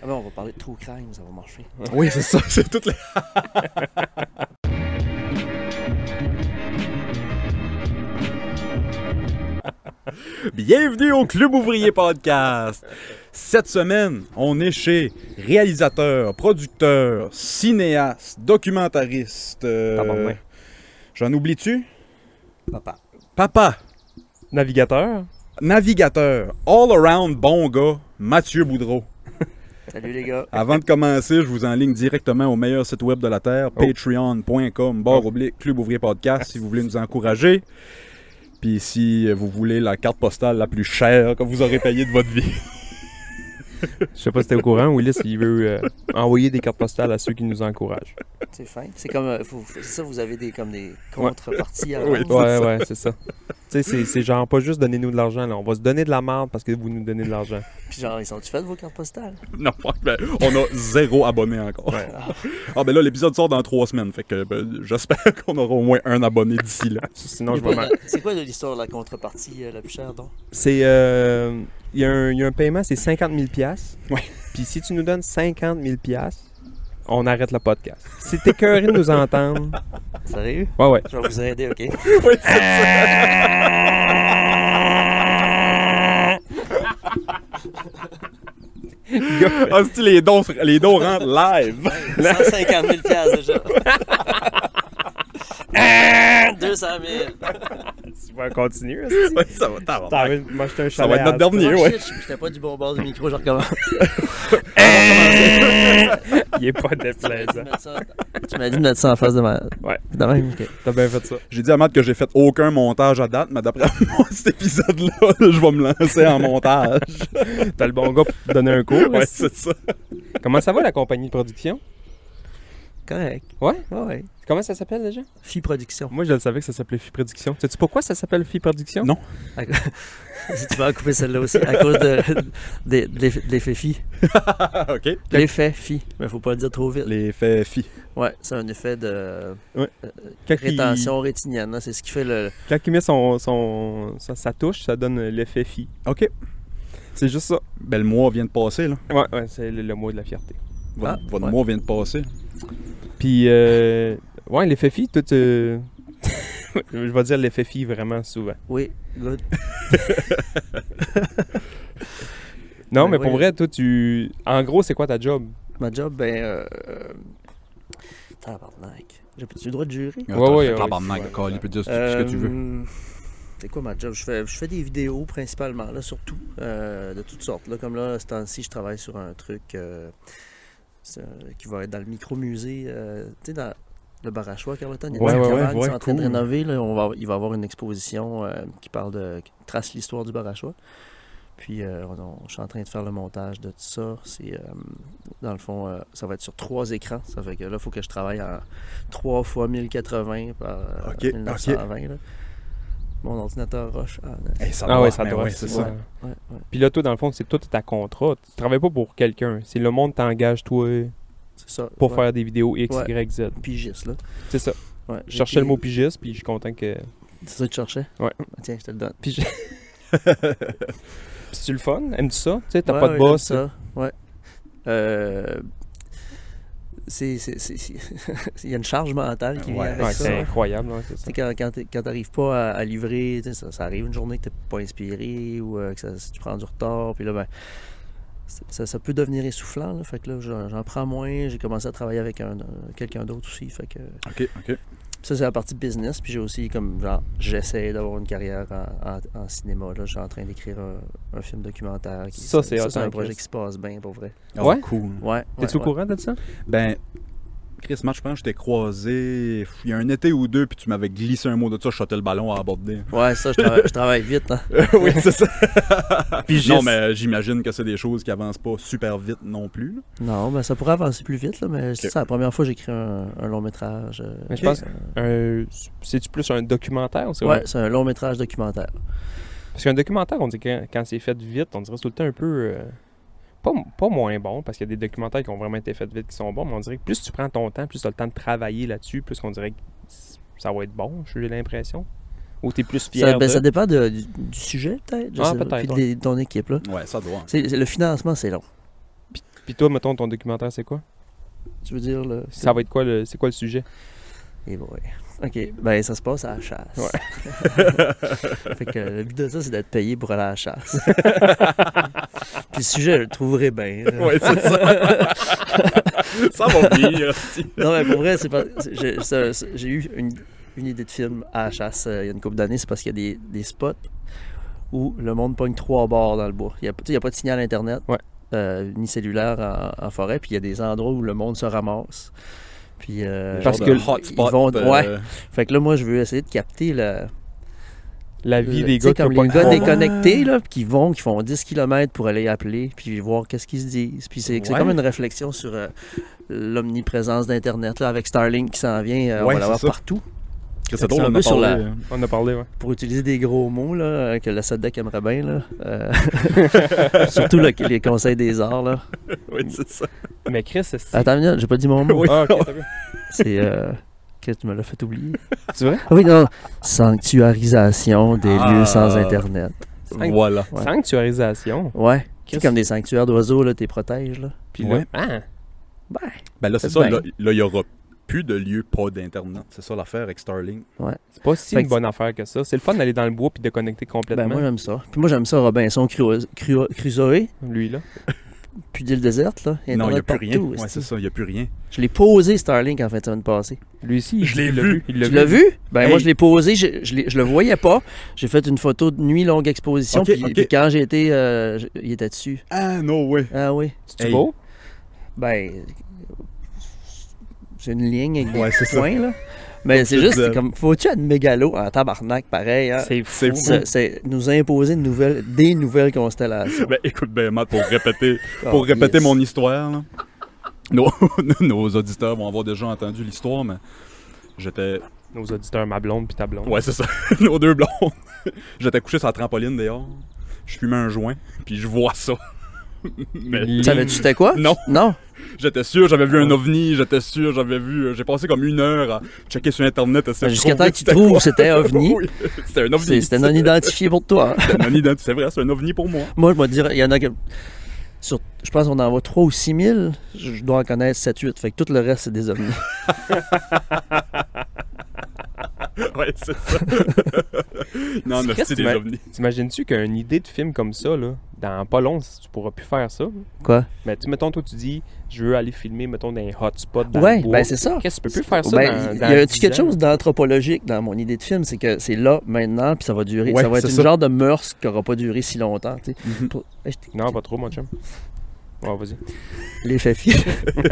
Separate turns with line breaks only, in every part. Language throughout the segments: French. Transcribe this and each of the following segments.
Ah ben, on va parler de True Crime, ça va marcher.
Oui, c'est ça, c'est toute la... Bienvenue au Club Ouvrier Podcast. Cette semaine, on est chez réalisateur, producteur, cinéaste, documentariste. euh,
Tabarnak.
J'en oublie-tu?
Papa.
Papa,
Navigateur.
navigateur, all-around bon gars, Mathieu Boudreau.
Salut les gars.
Avant de commencer, je vous enligne directement au meilleur site web de la Terre, patreon.com, barre oblique, Club Ouvrier Podcast, si vous voulez nous encourager. Puis si vous voulez la carte postale la plus chère que vous aurez payée de votre vie.
Je sais pas si t'es au courant, Willis, il veut euh, envoyer des cartes postales à ceux qui nous encouragent.
C'est fin. C'est comme. euh, vous- c'est ça, vous avez des, comme des contreparties à
Oui,
rendre.
Ouais, ouais, c'est ça. Tu sais, c'est- c'est genre pas juste donnez-nous de l'argent, là. On va se donner de la merde parce que vous nous donnez de l'argent.
Puis genre, ils sont-tu faits de vos cartes postales?
non, ben, on a zéro abonné encore.
Ouais.
Ah ben là, l'épisode sort dans trois semaines, fait que ben, j'espère qu'on aura au moins un abonné d'ici là.
Sinon,
Il y
je
a
vais
pas
m'en-
de- C'est quoi l'histoire de la contrepartie euh, la plus chère, donc?
C'est. euh, Il y, a un- il y a un paiement, c'est 50 000 piastres.
Ouais.
Puis si tu nous donnes 50 000 piastres, on arrête le podcast. C'est écœuré de nous entendre.
Sérieux?
Ouais, ouais.
Je vais vous aider, ok?
Ah, c'est-tu, les dons, les dons rentrent live.
150 000 piastres déjà. Ah, 200 000.
Tu vas continuer.
Ouais, ça va, tabarnak.
T'as envie de m'acheter un
Ça va être notre
chalet à-
dernier, ouais.
Oh, Je J'étais pas du bon bord du micro, je recommence.
Il est pas
Tu m'as dit de
déplaisant.
mettre ça- tu m'as dit de mettre ça en face de ma.
Ouais.
De même, ok.
T'as bien fait ça.
J'ai dit à Matt que j'ai fait aucun montage à date, mais d'après moi, cet épisode-là, je vais me lancer en montage.
T'as le bon gars pour te donner un cours.
ouais,
est-ce que-
c'est ça.
Comment ça va la compagnie de production?
Correct.
Ouais?
Ouais, ouais.
Comment ça s'appelle déjà?
Fille production.
Moi, je le savais que ça s'appelait Fille Production. Sais-tu pourquoi ça s'appelle Fille Production?
Non.
Si tu vas en couper celle-là aussi, à cause de, de, de l'eff- de l'effet fi.
Ah, OK.
L'effet fi. Mais faut pas le dire trop vite.
Les faits fi.
Ouais, c'est un effet de
Ouais.
euh,
Quand il-
rétention rétinienne. hein. C'est ce qui fait le.
Quand il met son, son, sa, sa touche, ça donne l'effet Fille.
OK.
C'est juste ça.
Ben, le mois vient de passer, là.
Ouais, ouais, c'est le, le mot de la fierté.
Votre,
Ah,
votre
ouais.
mois vient de passer.
Puis, euh, ouais, l'effet Fille, tout. euh, je vais dire l'effet Fille vraiment souvent.
Oui, good.
Non,
Ouais,
mais pour
ouais.
vrai, toi, tu. En gros, c'est quoi ta job?
Ma job, ben. Euh, euh... Tabarnak. J'ai j'ai le droit de jurer?
Ouais, ouais, ouais,
Tabarnak
ouais.
de câlin, puis dis ce
Euh,
que tu veux.
C'est quoi ma job? Je fais, je fais des vidéos principalement, là, surtout, euh, de toutes sortes. Là, comme là, ce temps-ci, je travaille sur un truc euh, c'est, euh, qui va être dans le micro-musée, euh, tu sais, dans le Barachois, Carleton. Il y a
Ouais,
des
ouais,
cabanes
ouais,
qui
ouais,
sont en train de
cool.
rénover. Là, on va, il va y avoir une exposition euh, qui parle de qui trace l'histoire du Barachois. Puis, euh, on- on- je suis en train de faire le montage de tout ça. C'est, euh, dans le fond, euh, ça va être sur trois écrans. Ça fait que là, il faut que je travaille en 3 x 1080 par euh,
Ok,
1920. là. Mon ordinateur rush. Ah, non.
Eh, ça
ah,
doit,
ouais, ça
mais
doit.
ouais, c'est ça.
Eh.
Ouais, ouais.
Puis là, toi, dans le fond, c'est tout ta contrat. Tu travailles pas pour quelqu'un. C'est le monde t'engage, toi,
C'est ça.
pour
ouais.
faire des vidéos X,
Ouais.
Y, Z.
Pigiste, là.
C'est ça.
Ouais,
Je
j'ai
cherchais le
été-
mot pigiste, puis je suis content que.
C'est ça que tu cherchais?
Ouais.
Ah, Tiens, je te le donne.
C'est-tu le fun? Aimes-tu ça? Tu sais, t'as
Ouais,
pas de
ouais,
boss.
j'aime
hein?
ça. Ouais. Euh, c'est- c'est- c'est- c'est- Il y a une charge mentale qui
Ouais,
vient avec
Ouais,
ça.
c'est incroyable, ouais, c'est
Tu
ça.
sais, quand, quand t'es- quand t'arrives pas à, à livrer, tu sais, ça, ça arrive une journée que t'es pas inspiré ou euh, que ça- tu prends du retard, puis là, ben, ça- ça, ça peut devenir essoufflant. là. fait que là, j'en j'en prends moins. J'ai commencé à travailler avec un- un- quelqu'un d'autre aussi. Fait que
OK, OK.
ça, c'est la partie business. Puis j'ai aussi, comme, genre, j'essaie d'avoir une carrière en, en- en cinéma. Là, je suis en train d'écrire un, un film documentaire. Qui,
Ça, c'est hot, hein,
un projet
Chris.
qui se passe bien, pour vrai.
Ah,
Ouais?
Cool.
Ouais.
T'es-tu
ouais,
au courant de ça?
Ben, Chris, Matt, je pense que je t'ai croisé il y a un été ou deux, puis tu m'avais glissé un mot de ça, je shotais le ballon à aborder.
ouais. Ouais, ça, je travaille, je travaille vite. hein.
oui, c'est ça.
Pigiste.
non, mais j'imagine que c'est des choses qui avancent pas super vite non plus. là.
Non, mais ça pourrait avancer plus vite, là, mais
Ok.
c'est la première fois que j'écris un, un long métrage. euh,
Mais je pense-
euh,
Euh, C'est-tu plus un documentaire? ou c'est
Ouais, c'est un long métrage documentaire.
Parce qu'un documentaire, on dit que quand, quand c'est fait vite, on dirait que c'est tout le temps un peu. euh, pas, pas moins bon, parce qu'il y a des documentaires qui ont vraiment été faits vite qui sont bons, mais on dirait que plus tu prends ton temps, plus tu as le temps de travailler là-dessus, plus qu'on dirait que ça va être bon, j'ai l'impression. Ou t'es plus fier.
Ça, ben,
de-
ça dépend de- du, du sujet, peut-être. je
Ah,
sais pas,
peut-être,
puis de, les- ton équipe, là.
Ouais, ça doit. hein.
C'est- c'est- le financement, c'est long.
Puis toi, mettons, ton documentaire, c'est quoi
Tu veux dire le.
Ça va être quoi le... C'est quoi le sujet
Et boy. Ok, ben ça se passe à la chasse. fait que le but de ça, c'est d'être payé pour aller à la chasse. Puis le sujet, je le trouverai bien. là.
Ouais, c'est ça. ça va venir. hostie.
Non, mais pour vrai, c'est pas. c'est- j'ai- ça- ça- J'ai eu une, une idée de film à la chasse euh, il y a une couple d'années. C'est parce qu'il y a des, des spots où le monde pogne trois bords dans le bois. Il n'y a, tu sais, il y a pas de signal Internet,
Ouais.
euh, ni cellulaire en, en forêt. Puis il y a des endroits où le monde se ramasse. Puis. euh,
Parce
ils
que le
hotspot.
vont- ouais.
euh,
Fait que là, moi, je veux essayer de capter le.
La vie
le-
des
Euh, tu sais,
gars qui
comme
ont
les
pas
gars
de
des-
déconnectés, là, puis qui vont, qui font 10 km pour aller appeler, puis voir qu'est-ce qu'ils se disent. Puis c'est c'est
Ouais.
comme une réflexion sur euh, l'omniprésence d'Internet, là, avec Starlink qui s'en vient, euh, on
Ouais,
va l'avoir
c'est ça.
partout. C'est
que c'est drôle,
un
on en
peu sur
parlait,
la-
hein.
On en a parlé, ouais.
Pour utiliser des gros mots, là, euh, que la SADEC aimerait bien, là. euh, surtout là, les conseils des arts, là.
Oui, c'est ça.
Mais Chris, c'est.
Attends une minute, j'ai pas dit mon mot.
Oui.
Ah, ok, t'as vu.
C'est... euh, que tu me l'as fait oublier.
C'est vrai?
Ah oui, non, sanctuarisation des
Ah.
lieux sans Internet.
Voilà.
Ouais.
Sanctuarisation.
Ouais, c'est
Qu'est-ce-
comme des sanctuaires d'oiseaux, là, t'es protèges, là.
Puis là,
Ouais.
ah,
Ben,
Ben là, c'est
C'est
ça.
bien.
Là, là, il y aura plus de lieu, pas d'Internet. C'est ça l'affaire avec Starlink.
c'est pas si
Fait
une
que-
bonne affaire que ça. C'est le fun d'aller dans le bois puis de connecter complètement.
Ben, moi, j'aime ça. Puis moi, j'aime ça, Robinson Crusoe, Crusoe, Crusoe,
Lui, là.
puis d'île déserte, là.
non, il n'y a
Internet
plus rien.
partout,
Ouais,
esti.
c'est ça, il n'y a plus rien.
Je l'ai posé, Starlink, en fin de semaine passée.
Lui aussi, il-
Je l'ai
il l'a
vu.
Il
Tu l'as vu? Ben,
Hey.
moi, je l'ai posé, je, je, l'ai- je le voyais pas. J'ai fait une photo de nuit, longue exposition,
Ok,
puis,
ok.
puis quand j'ai été, euh, je- il était dessus.
Ah, non, ouais.
Ah oui.
C'est
Hey.
beau?
Ben, c'est une ligne avec des
Ouais, c'est ça.
points, là. Mais c'est
Je
juste,
disais.
c'est comme, faut-tu être mégalo en tabarnak, pareil, hein?
C'est
C'est
fou.
C'est- c'est nous imposer une nouvelle, des nouvelles constellations.
Ben écoute, ben Matt, pour répéter,
Oh,
pour répéter
yes.
mon histoire, là, nos, nos auditeurs vont avoir déjà entendu l'histoire, mais j'étais.
Nos auditeurs, ma blonde puis ta blonde.
Ouais, c'est ça, nos deux blondes. j'étais couché sur la trampoline dehors, je fumais un joint, puis je vois ça. mais
Ligne.
Savais-tu c'était quoi?
Non.
Non.
j'étais sûr, j'avais vu un ovni, j'étais sûr, j'avais vu. euh, J'ai passé comme une heure à checker sur internet. essayer de
Bah, Ben, Jusqu'à temps
trouver
que tu
c'était
trouves c'était
quoi.
ovni.
Oui, c'était un
C'est-
ovni.
C'était non identifié pour toi. hein.
C'était non ident- C'est vrai, c'est un ovni pour moi.
Moi, je vais te dire, il y en a que. Sur, je pense qu'on en voit 3 ou 6 000. Je je dois en connaître 7-8. Fait que tout le reste, c'est des ovnis.
Ouais, c'est ça. non,
C'est
mais c'est
qu'est-ce que tu
des
m'as-
ovnis.
T'imagines-tu qu'une idée de film comme ça, là, dans pas long, si tu pourras plus faire ça? là.
Quoi?
Mais tu mettons, toi, tu dis, je veux aller filmer, mettons, dans un hotspot dans
ouais,
le bois.
ben c'est ça.
Qu'est-ce que tu peux plus faire ça
Ben,
dans,
il
dans
y a-tu
10
quelque
ans?
chose d'anthropologique dans mon idée de film? C'est que c'est là, maintenant, puis ça va durer.
Ouais,
ça va être
c'est
une
ça.
genre de mœurs qui n'aura pas duré si longtemps. tu sais.
Mm-hmm.
Mhm.
Pour- Hey, je t'ai-
Non, pas trop, mon chum. Ouais, vas-y.
Les fafi.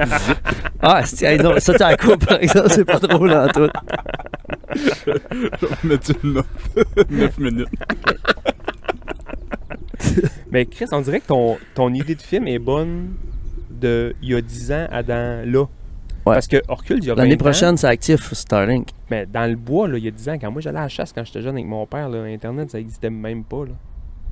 ah, c'est- hey, non, ça, tu la coupe, par exemple. C'est pas trop là, tout.
Mets-tu une note? 9 minutes.
Mais Ben, Chris, on dirait que ton, ton idée de film est bonne de il y a 10 ans à dans là. Parce que Orcule, il y a 20
L'année
ans,
prochaine, c'est actif, Starlink.
Mais dans le bois, là, il y a 10 ans, quand moi j'allais à la chasse quand j'étais jeune avec mon père, là, Internet, ça n'existait même pas. Là.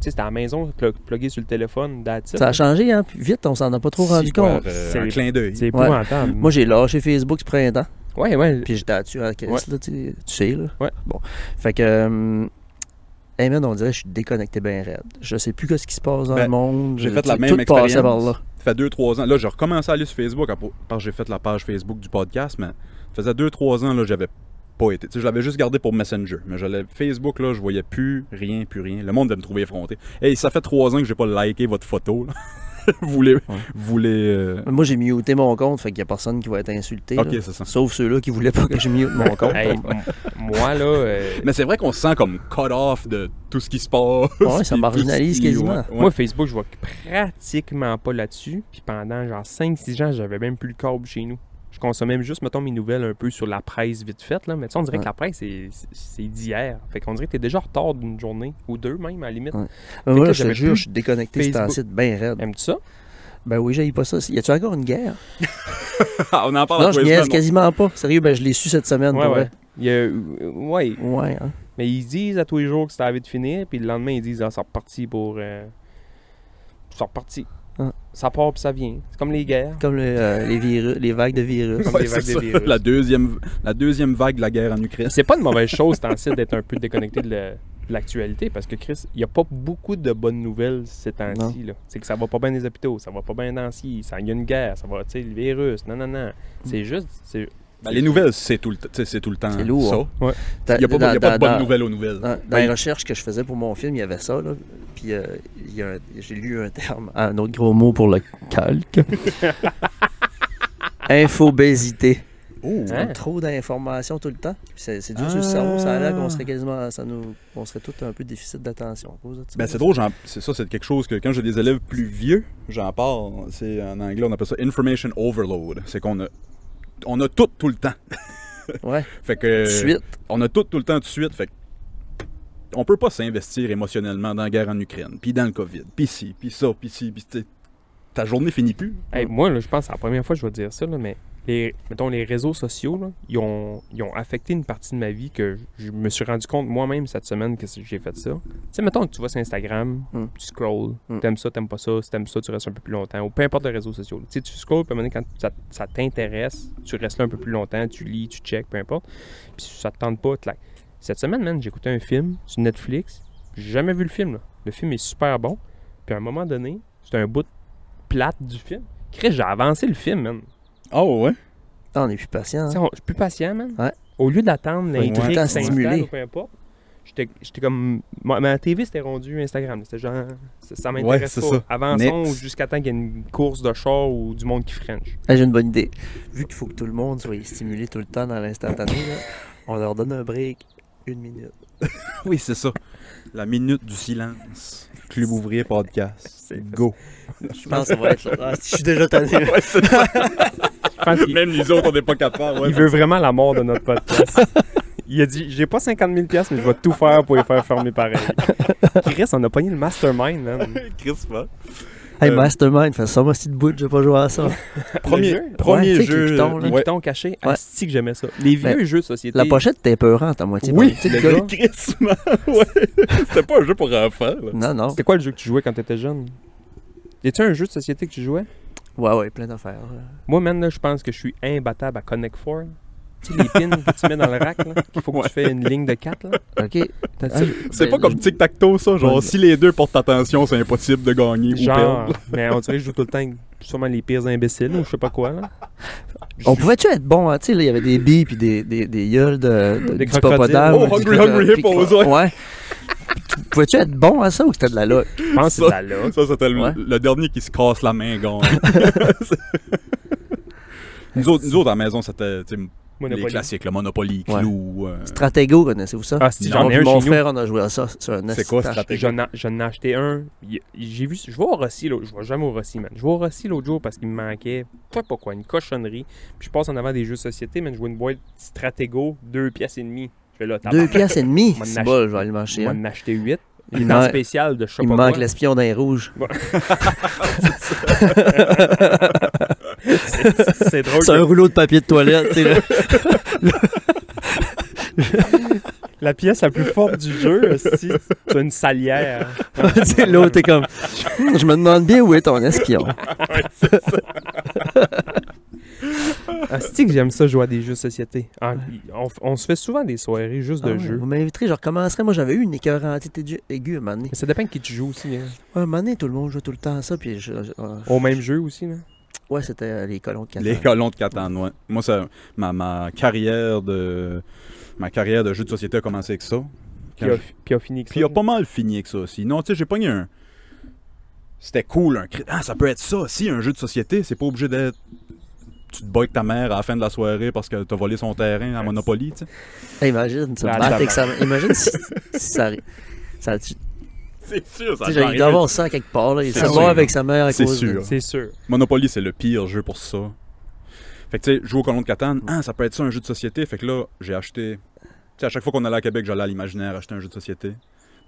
Tu sais, c'était à la maison, pl- plugué sur le téléphone, that's it,
Ça
là.
a changé, hein? Puis vite, on s'en a pas trop rendu
Si,
compte.
par, euh,
C'est-
un clin d'œil.
C'est épouvantable.
Moi, j'ai lâché Facebook ce printemps,
Ouais, ouais.
puis j'étais dessus à la caisse,
Ouais.
là, tu sais- tu sais, là.
Ouais.
Bon. Fait que. hum, hey, man, on dirait que je suis déconnecté bien raide. Je sais plus ce qui se passe dans
Ben,
le monde.
j'ai
Je-
fait la
Euh, tu-
même
tout passait par
expérience.
là.
Ça fait 2-3 ans. Là, j'ai recommencé à aller sur Facebook à- parce que j'ai fait la page Facebook du podcast, mais ça faisait 2-3 ans, là, j'avais pas été. Tu sais, je l'avais juste gardé pour Messenger. Mais j'allais Facebook, là, je voyais plus rien, plus rien. Le monde devait me trouver effronté. Hey, ça fait 3 ans que j'ai pas liké votre photo, là. vous voulez. Vous voulez euh,
Moi, j'ai muté mon compte, fait qu'il y a personne qui va être insulté.
Ok,
là.
c'est ça.
Sauf ceux-là qui voulaient pas que je mute mon compte.
Hey, m- moi, là, euh,
Mais c'est vrai qu'on se sent comme cut off de tout ce qui se passe.
Ouais, ça
puis
marginalise
tout ce qui-
quasiment.
ouais, ouais.
moi, Facebook, je vois pratiquement pas là-dessus. Puis pendant genre 5-6 ans, j'avais même plus le câble chez nous. Je consommais juste, mettons, mes nouvelles un peu sur la presse vite faite. Là. Mais tu sais, on dirait
Ouais.
que la presse, c'est- c'est c'est d'hier. Fait qu'on dirait que t'es déjà en retard d'une journée ou deux, même, à la limite.
Ouais. Mais moi,
que
là, je te
j'avais
jure,
plus
je suis déconnecté, c'est un
Facebook.
site bien raide.
Aimes-tu ça?
Ben oui, j'ai pas ça. Y a-tu encore une guerre?
on en parle
non,
à tous
je
les
niaise
semaines,
quasiment pas. Sérieux, ben je l'ai su cette semaine.
Ouais,
pour
ouais.
vrai.
Il y a- euh, ouais.
Ouais, hein.
Mais ils disent à tous les jours que c'est à vie de finir, puis le lendemain, ils disent, ah, c'est reparti pour. euh, C'est reparti.
Ah.
Ça part puis ça vient. C'est comme les guerres.
Comme le, euh, les, virus, les vagues de virus.
Comme
Ouais,
les
c'est
vagues des
ça.
virus.
La deuxième, la deuxième vague de la guerre en Ukraine.
C'est pas une mauvaise chose, tant d'être un peu déconnecté de, le- de l'actualité parce que Chris, il n'y a pas beaucoup de bonnes nouvelles ces temps-ci. là. C'est que ça va pas bien dans les hôpitaux, ça va pas bien dans la scie, ça il y a une guerre, ça va, tu sais, le virus, non, non, non. C'est juste. c'est-
Ben, les nouvelles, c'est tout le, t- tu sais, c'est tout le temps
C'est lourd, hein.
ça. Il n'y a pas,
Dans-
il y a
dans-
pas de bonnes
dans- Ah.
nouvelles aux nouvelles.
Dans, dans les recherches que je faisais pour mon film, il y avait ça. Là. Puis euh, il y a un- j'ai lu un terme, un autre gros mot pour le calque. Infobésité.
Oh.
Hein?
Trop d'informations tout le temps. Puis C'est c'est dur sur
Ah.
le cerveau. Ça a l'air qu'on serait quasiment. Ça nous, on serait tous un peu déficit d'attention à cause de ça.
Ben, c'est drôle, j'en- c'est ça, c'est quelque chose que quand j'ai des élèves plus vieux, j'en parle. C'est en anglais, on appelle ça information overload. C'est qu'on a, on a tout tout le temps.
Ouais.
Fait que
Tout de suite.
on a tout tout le temps tout de suite. Fait que on peut pas s'investir émotionnellement dans la guerre en Ukraine, puis dans le Covid, puis ci, puis ça, puis ci, puis tu sais, ta journée finit plus.
Hey, moi, là, je pense que c'est la première fois que je vais dire ça, là, mais les, mettons, les réseaux sociaux, là, ils, ont, ils ont affecté une partie de ma vie que je me suis rendu compte moi-même cette semaine que j'ai fait ça. Tu sais, mettons que tu vas sur Instagram,
Mm.
tu scrolls,
Mm.
t'aimes ça, t'aimes pas ça, si t'aimes ça, tu restes un peu plus longtemps, ou peu importe les réseaux sociaux. là. Tu sais, tu scrolls, puis à un moment donné, quand ça, ça t'intéresse, tu restes là un peu plus longtemps, tu lis, tu check, peu importe, puis si ça te tente pas, clac. Cette semaine, man, j'ai écouté un film sur Netflix, j'ai jamais vu le film, là. Le film est super bon, puis à un moment donné, c'est un bout plate du film. Chris, j'ai avancé le film, man.
Ah ouais?
Ah, on est plus patient.
Tu
hein.
sais, on- Je suis plus patient, man.
Ouais.
Au lieu d'attendre
Ouais,
les
tout le
trucs
temps
qui s'installent
stimulé.
ou peu importe, j'étais j'étais comme. Ma, ma TV, c'était rendu Instagram. là. C'était genre. Ça, ça m'intéresse
Ouais, c'est
pas.
ça.
Avançons
Next.
jusqu'à temps qu'il y ait une course de char ou du monde qui French.
Ah, j'ai une bonne idée. Vu qu'il faut que tout le monde soit stimulé tout le temps dans l'instantané, là, on leur donne un break. Une minute.
Oui, c'est ça. La minute du silence. Club ouvrier podcast.
C'est-
Go.
Je pense que ça va être. Ah, je suis déjà tanné.
Je pense qu'il
Même les autres, on n'est pas capable.
il
Ouais.
veut vraiment la mort de notre podcast. Il a dit J'ai pas 50 000 piastres, mais je vais tout faire pour les faire fermer pareil. Chris, on a pogné le mastermind, man.
Chris, va.
Hey,
Euh,
Mastermind, fait ça, moi, c'est de bout, j'ai pas joué à ça.
Premier
jeu?
premier
Ouais, tu sais,
jeu.
avec les pitons, là.
Les
ouais.
pitons cachés,
Ouais.
asti que j'aimais ça. Les vieux
Ben,
jeux de société.
La pochette était peurante à moitié.
Oui,
Tu sais,
le
le gars-
gars crissement, ouais. C'était pas un jeu pour enfants, là.
Non, non.
C'était quoi le jeu que tu jouais quand t'étais jeune? Y a-tu un jeu de société que tu jouais?
Ouais, ouais, plein d'affaires.
Moi, man, là, je pense que je suis imbattable à Connect 4. Tu sais, les pins que tu mets dans le rack, là, qu'il faut que tu fais une ligne de 4, là.
OK.
T'as
Ah,
C'est
ben,
pas comme tic-tac-toe, ça. Genre,
Ouais.
si les deux portent attention, c'est impossible de gagner ou
Genre,
perdre.
mais on dirait que je joue tout le temps avec sûrement les pires imbéciles ou je sais pas quoi, là.
On pouvait-tu être bon, hein? tu sais, là, il y avait des billes puis des, des, des gueules de, de-
Des
du
crocodiles.
papadam.
Oh,
du-
Hungry
de-
Hungry
puis-
Hippos, ouais.
Ouais. Tu- Pouvais-tu être bon à ça ou c'était de la loque?
Je pense que c'est de la là.
Ça, c'était le,
Ouais.
le dernier qui se casse la main, gagne. nous, autres, nous autres, à la maison, c'était tu sais, les
Monopoly.
classiques, le Monopoly,
Ouais.
Clou. euh,
Stratego, connaissez-vous ça?
Ah,
Non,
si, j'en ai un
Mon
chez nous.
frère, on a joué à ça sur un
C'est quoi,
STH.
Stratego?
J'en ai- j'en ai acheté un. Il- J'ai vu. Je vais au Rossi, l'autre- je vais jamais au Rossi, man. Je vais au Rossi l'autre jour parce qu'il me manquait, je sais pas quoi, une cochonnerie. Puis je passe en avant des jeux de société, mais je vois une boîte Stratego, deux pièces et demie. Je fais là, t'as
Deux pièces et demie.
On en
C'est
achète-
bol, je vais aller manger.
On
un.
en a acheté huit. Il
Il
est en
manque-
spécial de je sais
Il
pas
me manque
quoi.
l'espion d'un rouge.
C'est- C'est drôle.
C'est un
que-
rouleau de papier de toilette, tu sais, là.
La pièce la plus forte du jeu, si c'est une salière.
Tu sais, l'autre, t'es comme. Je me demande bien où est ton espion.
Asti que j'aime ça jouer à des jeux de société. Ah, on, on se fait souvent des soirées juste de
Ah ouais,
jeux.
Vous m'inviterez, je recommencerai. Moi, j'avais eu une écœurantité aigu- aiguë à un moment donné.
Mais ça dépend qui tu joues aussi. hein.
Ouais, À un moment donné, tout le monde joue tout le temps à ça. Puis je- je- euh,
Au même jeu aussi. Là.
ouais, c'était euh, les colons de Catan.
les colons de Catan, ouais. Moi, ça, ma, ma carrière de... Ma carrière de jeu de société a commencé avec ça. Quand
Puis, a, puis a fini que
Puis il
ça.
a pas mal fini avec ça aussi. Non, tu sais, j'ai pogné un. C'était cool, un cri- Ah, ça peut être ça aussi, un jeu de société. C'est pas obligé d'être. Tu te bats avec ta mère à la fin de la soirée parce que t'as volé son terrain à Monopoly, tu sais.
Hey, imagine, ça
La
me bat avec
tabarnak.
ça. Imagine si, si ça arrive. Ça, tu
C'est sûr,
tu sais, j'ai envie d'avoir ça quelque part. Là. Il
C'est
se
sûr.
bat avec sa mère à
C'est
cause de-
sûr.
C'est sûr.
Monopoly, c'est le pire jeu pour ça. Fait que tu sais, jouer au colon de
Mm.
Catane, ah, ça peut être ça, un jeu de société. Fait que là, j'ai acheté. Tu sais, à chaque fois qu'on allait à Québec, j'allais à l'imaginaire acheter un jeu de société.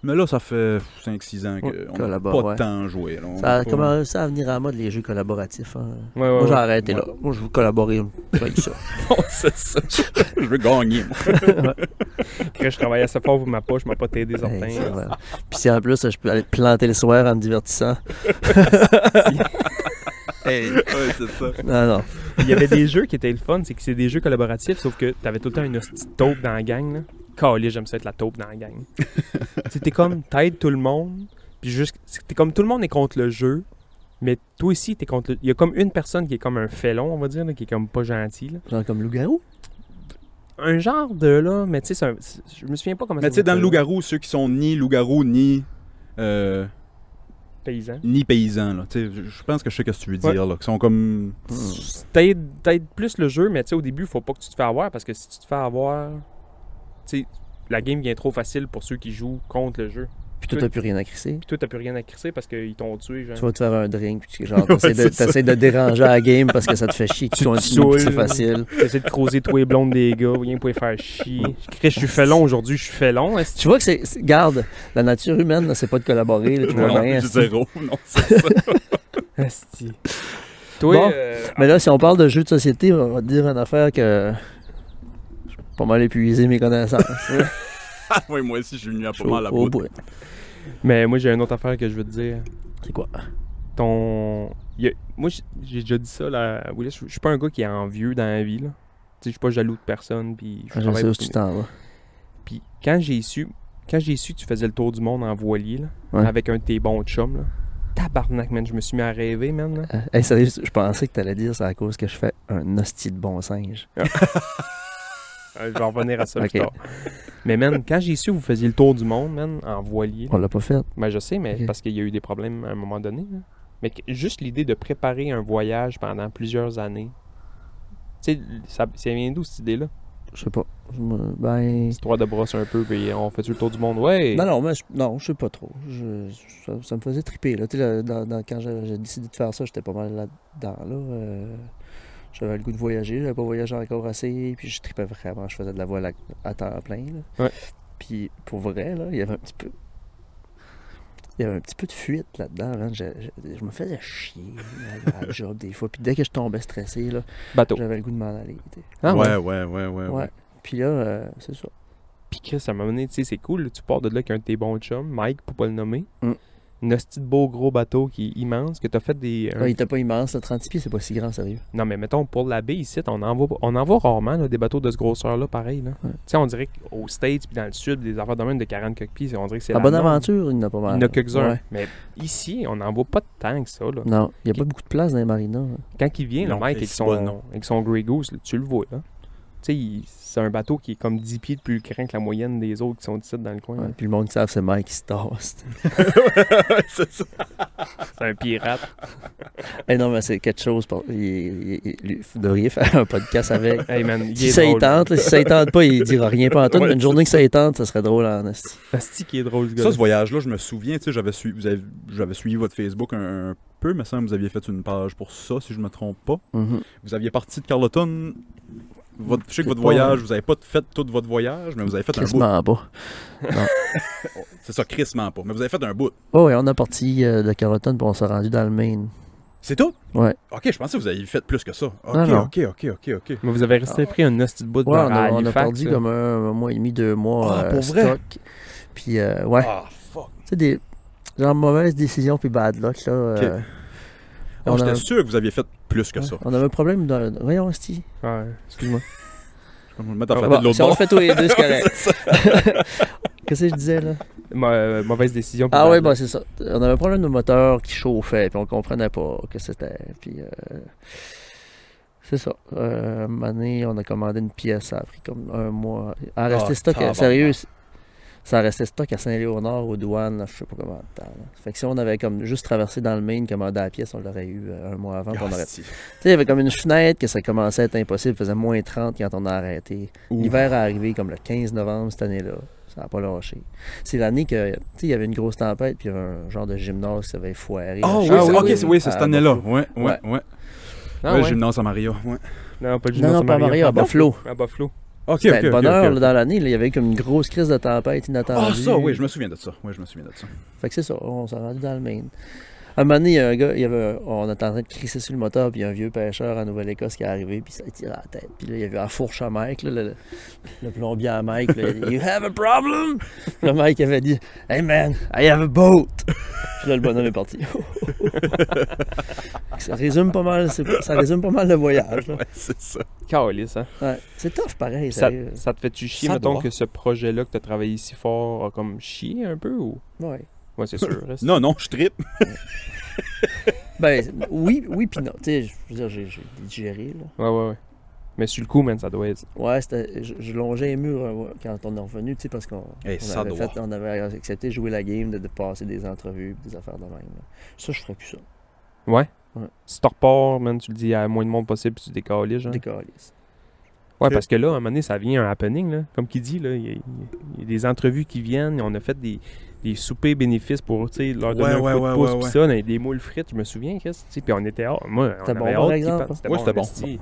Mais là, ça fait 5-6 ans
Ouais,
qu'on
que
n'a
là-bas,
pas
ouais.
tant joué. là. On
Ça
a
a
pas-
commencé à venir à la mode les jeux collaboratifs. hein.
Ouais, ouais,
Moi, j'ai
Euh,
ouais.
arrêté là.
Ouais.
Moi, je veux collaborer avec ça.
c'est ça. Je veux gagner, moi.
Chris, je travaillais assez fort pour ma poche, je m'a pas t'aider
Ben,
certains.
Hey, c'est vrai. Puis si en plus, je peux aller te planter le soir en me divertissant. Hey,
Ouais, c'est ça.
Non, non.
Il y avait des jeux qui étaient le fun, c'est que c'est des jeux collaboratifs, sauf que t'avais tout le temps une hostie de taupe dans la gang. Là. calé, j'aime ça être la taupe dans la gang. tu sais, t'es comme, t'aides tout le monde, puis juste, t'es comme, tout le monde est contre le jeu, mais toi aussi, t'es contre le... Il y a comme une personne qui est comme un félon, on va dire, là, qui est comme pas gentil, là.
Genre comme loup-garou.
Un genre de, là, mais tu sais, c'est un- c'est- je me souviens pas comment
Mais tu sais, dans le
s'appelle,
loup-garou, ceux qui sont ni loup-garou, ni, euh,
Paysan.
ni paysans, là. Tu sais, je- je pense que je sais ce que tu veux
Ouais.
dire, là. Qui sont comme.
T'aides t'aides plus le jeu, mais tu sais, au début, faut pas que tu te fais avoir parce que si tu te fais avoir, tu sais, la game vient trop facile pour ceux qui jouent contre le jeu.
Puis toi, t'as plus rien à crisser.
Puis toi, t'as plus rien à crisser parce qu'ils t'ont tué, genre.
Tu vas te faire un drink, puis tu- genre, t'essaies de,
c'est ça.
t'essaies de déranger à la game parce que ça te fait chier qu'ils continuent,
saoules.
puis c'est facile.
T'essaies de croiser tous les blondes des gars, rien pour les faire chier. Je crie, je suis félon aujourd'hui, je suis félon. est-ce que-
Tu vois que c'est. c'est- Garde, la nature humaine, là, c'est pas de collaborer, là, tu vois
Non,
bien, hein.
c'est
esti.
zéro. Non, c'est-
est-ce que- Toi,
Bon,
euh,
Mais là, si on parle de jeux de société, on va te dire une affaire que. Je suis pas mal épuisé mes connaissances. Oh
oui, Ah moi aussi, je suis venu à
Je
pas
suis
mal à
au- au
bout.
bout.
mais moi, j'ai une autre affaire que je veux te dire.
C'est quoi?
ton. il y a- Moi, j- j'ai déjà dit ça là. Willis, je je suis pas un gars qui est envieux dans la vie, là. Tu sais, je suis pas jaloux de personne, puis je
Ah,
Je
travaille
sais où
pour-
tu t'en vas.
Puis quand j'ai su, quand j'ai su que tu faisais le tour du monde en voilier, là,
Ouais.
avec un de tes bons chums, là. Tabarnak, man, je me suis mis à rêver, man. là.
Euh, hey, sérieux, je pensais que t'allais dire c'est à cause que je fais un hostie de bon singe.
Euh, je vais en revenir à ça
Ok.
plus tard. Mais man, quand j'ai su que vous faisiez le tour du monde, man, en voilier, là,
On l'a pas fait.
ben je sais, mais
Ok.
parce qu'il y a eu des problèmes à un moment donné. là. Mais que- juste l'idée de préparer un voyage pendant plusieurs années. Tu sais, ça, ça vient d'où cette idée-là?
Je sais pas. Je me- Ben.
histoire de brosse un peu, puis on fait tout le tour du monde. Ouais.
Non, non, mais je, non, je sais pas trop. Je- ça, ça me faisait triper. Là. Tu sais, là, dans- dans- quand j'ai j'ai décidé de faire ça, j'étais pas mal là-dedans. Là. Euh, j'avais le goût de voyager, j'avais pas voyagé encore assez, puis je tripais vraiment. Je faisais de la voile à, à temps plein. là.
Ouais.
Puis pour vrai, là, il y avait un petit peu. Il y avait un petit peu de fuite là-dedans. man. Je, je- je me faisais chier à la job des fois. Puis dès que je tombais stressé, là,
Bateau.
j'avais le goût de m'en aller. tu sais.
Oh. Ah,
ouais, ouais, ouais, ouais, ouais.
Ouais. Puis là, euh, c'est ça.
Puis Chris, à un moment donné, tu sais, c'est cool. là, Tu pars de là avec un de tes bons chums, Mike, pour pas le nommer.
Mm.
Une hostie de beau gros bateau qui est immense, que t'as fait des. un-
Ouais, Ah, il était pas immense, le 36 pieds, c'est pas si grand, sérieux.
Non, mais mettons, pour la baie ici, on en voit, on en voit rarement là, des bateaux de ce grosseur-là, pareil. Là.
Ouais.
Tu sais, on dirait qu'aux States, puis dans le Sud, des affaires de même de 40 coquilles, on dirait que
À
c'est. la
Ah, bonne
norme.
aventure, il n'y en a pas
Il y
mal.
en a quelques-uns.
Ouais.
Mais ici, on n'en voit pas tant que ça. Là.
Non, il n'y a pas beaucoup de place dans les marinas. hein.
Quand il vient, le
Non,
Mike,
et
avec
c'est
son,
pas non.
avec son Grey Goose, là, tu le vois, là. Tu sais, il- c'est un bateau qui est comme 10 pieds de plus grand que la moyenne des autres qui sont ici dans le coin. là.
Ouais, Puis le monde qui savent, c'est Mike qui se tasse.
c'est ça.
C'est un pirate.
Eh non, mais c'est quelque chose. Pour... Il, il- il- lui, vous devriez faire un podcast avec.
Hey man, il
Si
est
ça y
drôle.
tente, là, si ça y tente pas, il dira rien pas en tout.
Ouais,
mais une journée que ça y tente, ça serait drôle en esti.
Asti qui est drôle, ce gars.
Ça, ce voyage-là, je me souviens, tu sais, j'avais suivi, vous avez- j'avais suivi votre Facebook un, un peu, me semble, vous aviez fait une page pour ça, si je me trompe pas.
Mhm.
Vous aviez parti de Carleton. Votre, je sais que
C'est
votre
pas-
voyage, vous avez pas fait tout votre voyage, mais vous avez fait un bout.
Crissement pas.
C'est ça, crissement pas. Mais vous avez fait un bout.
Oh, ouais, on a parti euh, de Carleton, puis on s'est rendu dans le Maine.
C'est tout?
Ouais.
Ok, je pensais que vous aviez fait plus que ça. Ok,
Non, non.
ok, ok, ok, ok.
Mais vous avez resté pris un hostie de bout de
Ouais, on
à
a, on a
Halifax,
perdu
là.
comme un, un mois et demi, deux mois
Ah,
euh,
pour vrai?
stock. Puis, euh, ouais.
Ah, fuck.
Tu sais, des genre mauvaises décisions, puis bad luck, là. euh,
Ah,
on
J'étais
a-
sûr que vous aviez fait plus que ça.
On avait un problème dans. Voyons, esti.
Ouais.
Excuse-moi.
Je vais me mettre à
Ah,
flatter
Bon,
Bah, de l'autre
bah, si on le
bord.
fait tous les deux, c'est correct. Qu'est-ce que je disais là?
Ma- euh, mauvaise décision.
Ah
oui,
ouais, bah c'est ça. On avait un problème de moteur qui chauffait, puis on comprenait pas que c'était. Puis euh, c'est ça. Euh, un moment donné, on a commandé une pièce, ça a pris comme un mois. À rester
Ah,
stock,
tabarnak.
sérieux, ça a resté stock à Saint-Léonard, aux douanes, là, je sais pas comment de temps. là. Fait que si on avait comme juste traversé dans le Maine, commandé la pièce, on l'aurait eu euh, un mois avant,
Ah,
puis on aurait Tu sais, il y avait comme une fenêtre que ça commençait à être impossible. Il faisait moins 30 quand on a arrêté.
Ouf.
L'hiver est arrivé comme le 15 novembre cette année-là. Ça n'a pas lâché. C'est l'année que, tu sais, il y avait une grosse tempête, puis il y avait un genre de gymnase qui s'avait foiré.
Oh, oui,
Ah,
c'est-
oui,
ok,
oui,
c'est- oui, c'est
à
cette année-là. Ouais, ouais, ouais.
Ah,
Ouais,
ouais.
Gymnase à Maria. Ouais.
Non, pas le
Non, non, pas à Maria,
hein.
à Buffalo.
À Buffalo.
Ok,
C'était
ok,
le
ok,
bonheur
ok.
là, dans l'année. là, Il y avait eu comme une grosse crise de tempête inattendue.
Ah, ça, oui, je me souviens de ça. Oui, je me souviens de ça.
Fait que c'est ça, on s'est rendu dans le Maine. À un moment donné, il y a un gars, il y avait, on était en train de crisser sur le moteur, puis il y a un vieux pêcheur en Nouvelle-Écosse qui est arrivé, puis ça a tiré à la tête. Puis là, il y avait un fourche à Mike, là, le, le plombier à Mike. là, you have a problem? Puis là, Mike avait dit, Hey man, I have a boat. Puis là, le bonhomme est parti. ça, résume pas mal, c'est- ça résume pas mal le voyage. là.
Ouais, c'est ça.
Calice, hein?
Ouais. C'est tough pareil.
Puis ça,
sérieux.
ça te fait-tu chier,
Ça
mettons,
doit.
que ce projet-là que t'as travaillé si fort a comme chier un peu ou.
Ouais.
Ouais, c'est sûr. reste-
Non, non, je trippe.
Ben, oui, oui, puis non. Tu sais, je veux dire, j'ai- j'ai digéré. Là.
Ouais, ouais, ouais. Mais sur le coup, man, ça doit être.
Ouais, c'était- je, je longeais les murs euh, quand on est revenu, tu sais, parce qu'on
Eh,
on
ça
avait,
doit.
fait- on avait accepté de jouer la game, de, de passer des entrevues, des affaires de même. là. Ça, je ferais plus ça.
Ouais.
Ouais.
Si tu repars, man, tu le dis à moins de monde possible, puis tu décolles, genre.
Des calices.
Ouais,
Ok.
parce que là, à un moment donné, ça vient un happening. Là. Comme qu'il dit, là, il y, a- il y a des entrevues qui viennent. On a fait des, des soupers bénéfices pour tu sais, leur donner
Ouais,
un
ouais,
coup de
ouais,
pouce.
ouais,
pis
ouais.
ça, on a des moules frites, je me souviens. Chris, tu sais, Puis on était hors. Moi, on
C'était
avait
bon,
hâte
par
qu'ils
exemple,
partent.
hein?
Ouais, c'était bon.
esti.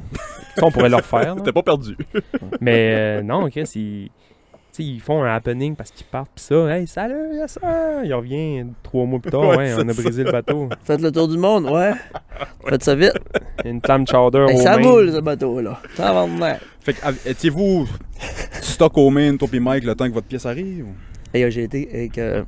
Ça, on pourrait leur faire. là.
T'es pas perdu.
Mais euh, non, Chris, ils, tu sais, ils font un happening parce qu'ils partent. Puis ça, hey, salut, yes, sir! Il revient trois mois plus tard.
Ouais,
ouais,
c'est
on a
ça.
brisé le bateau.
Faites le tour du monde, ouais. Faites ça vite.
Une flamme chowder.
Hey,
au
ça
main.
boule, ce bateau-là. Ça va de mer.
Fait que, av- étiez-vous stock au main, toi pis Mike, le temps que votre pièce arrive? ou?
Et euh, j'ai été avec. euh,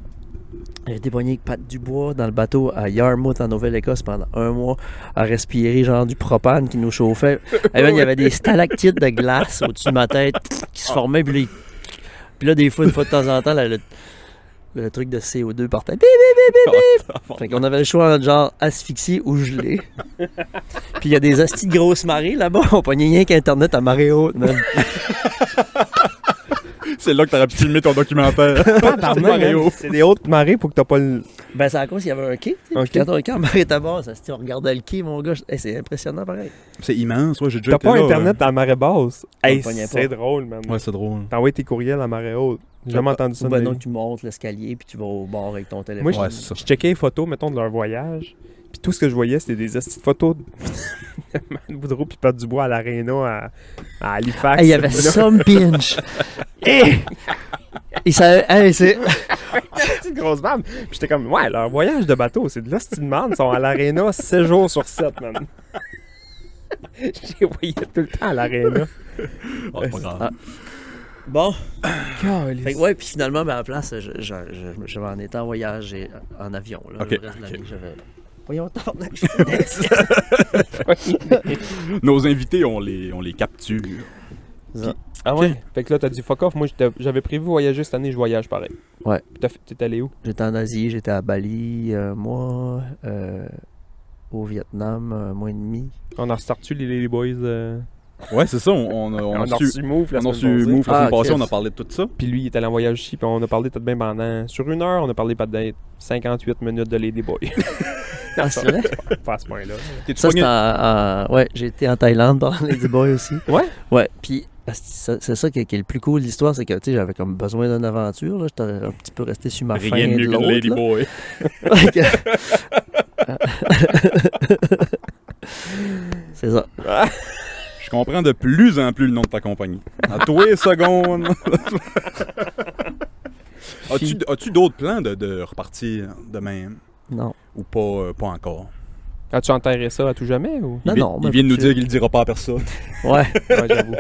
j'ai été pogné avec Pat Dubois dans le bateau à Yarmouth en Nouvelle-Écosse pendant un mois à respirer genre du propane qui nous chauffait. Et man, il y avait des stalactites de glace au-dessus de ma tête qui se formaient. Puis là, il- puis là, des fois, une fois de temps en temps, là, le, le truc de CO2 partait. Bip, bip, bip, bip, bip. fait qu'on avait le choix entre genre asphyxier ou gelé. Puis il y a des astis de grosses marées là-bas. On pognait rien qu'Internet à marée haute. man.
C'est là que t'aurais pu filmer ton documentaire.
Tabarnak,
Mario.
hein. C'est des hautes marées pour que t'as pas le.
Ben, c'est à cause qu'il y avait un quai. tu sais.
Ok.
Puis Quand on quand on arrêtait à bord, ça, se dit, on regardait le quai, mon gars. je- hey, c'est impressionnant, pareil.
C'est immense, ouais, j'ai déjà
T'as
été
pas
là,
Internet à marée basse.
On
Hey,
le pognait
c'est
pas.
drôle, man.
euh. Ouais, c'est drôle.
T'envoies tes courriels à marée haute. J'ai jamais entendu ça.
Ou
de
ben
ma
non,
vie.
tu montes l'escalier puis tu vas au bord avec ton téléphone.
Moi,
Ouais, c'est ça.
je checkais les photos, mettons, de leur voyage. Puis tout ce que je voyais, c'était des hosties de photos de de Matt Boudreau puis Pat Dubois à l'Arena, à, à Halifax.
Hey, il y avait
Là,
some pinch. hey! Et ça, hey, c'est...
une grosse barbe. Puis j'étais comme, ouais, leur voyage de bateau, c'est de l'hostie de merde. Ils sont à l'Arena 7 jours sur 7, man. Je les voyais tout le temps à l'Arena.
Ah, c'est pas grave.
Bon. Fait que ouais, puis finalement, ben, à la place, je, je, je, je vais en étant en voyage et euh, en avion. Là,
Ok,
le reste de
ok.
l'année, j'avais... Voyons, t'en
Nos invités, on les, on les capture.
Ah ouais? Fait que là, t'as dit fuck off. Moi, j'étais- j'avais prévu voyager cette année, je voyage pareil.
Ouais.
Puis t'as fait- T'es allé où?
J'étais en Asie, j'étais à Bali un mois, euh, au Vietnam un mois et demi.
On a ressorti les, les Boys. euh,
Ouais, c'est ça, on, on a, on a
On a
reçu...
reçu Move la
On a
semaine
reçu
passée.
Move la
Ah,
semaine passée,
Chris.
on a parlé de tout ça.
Puis lui, il est allé en voyage ici, puis on a parlé tout de même pendant, sur une heure, on a parlé peut-être 58 minutes de Lady Boy.
Ah, c'est vrai?
Pas à ce point-là.
T'es-tu
Ça, c'est
pogné-
en, en- Ouais, j'ai été en Thaïlande dans Lady Boy aussi.
Ouais?
Ouais, puis asti, ça- c'est ça qui est, qui est le plus cool de l'histoire, c'est que, tu sais, j'avais comme besoin d'une aventure, là. J'étais un petit peu resté sur ma fin
Rien de mieux que
l'autre,
Lady
là.
Boy.
Fait que- c'est ça.
Je comprends de plus en plus le nom de ta compagnie. À toi les secondes. as-tu, as-tu d'autres plans de, de repartir de même
Non.
ou pas, euh, pas encore?
As-tu enterré ça à tout jamais, ou?
Non,
il, vi-
non,
il
mais
vient de nous
tu-
dire qu'il le dira pas à personne.
Ouais,
Ouais, j'avoue.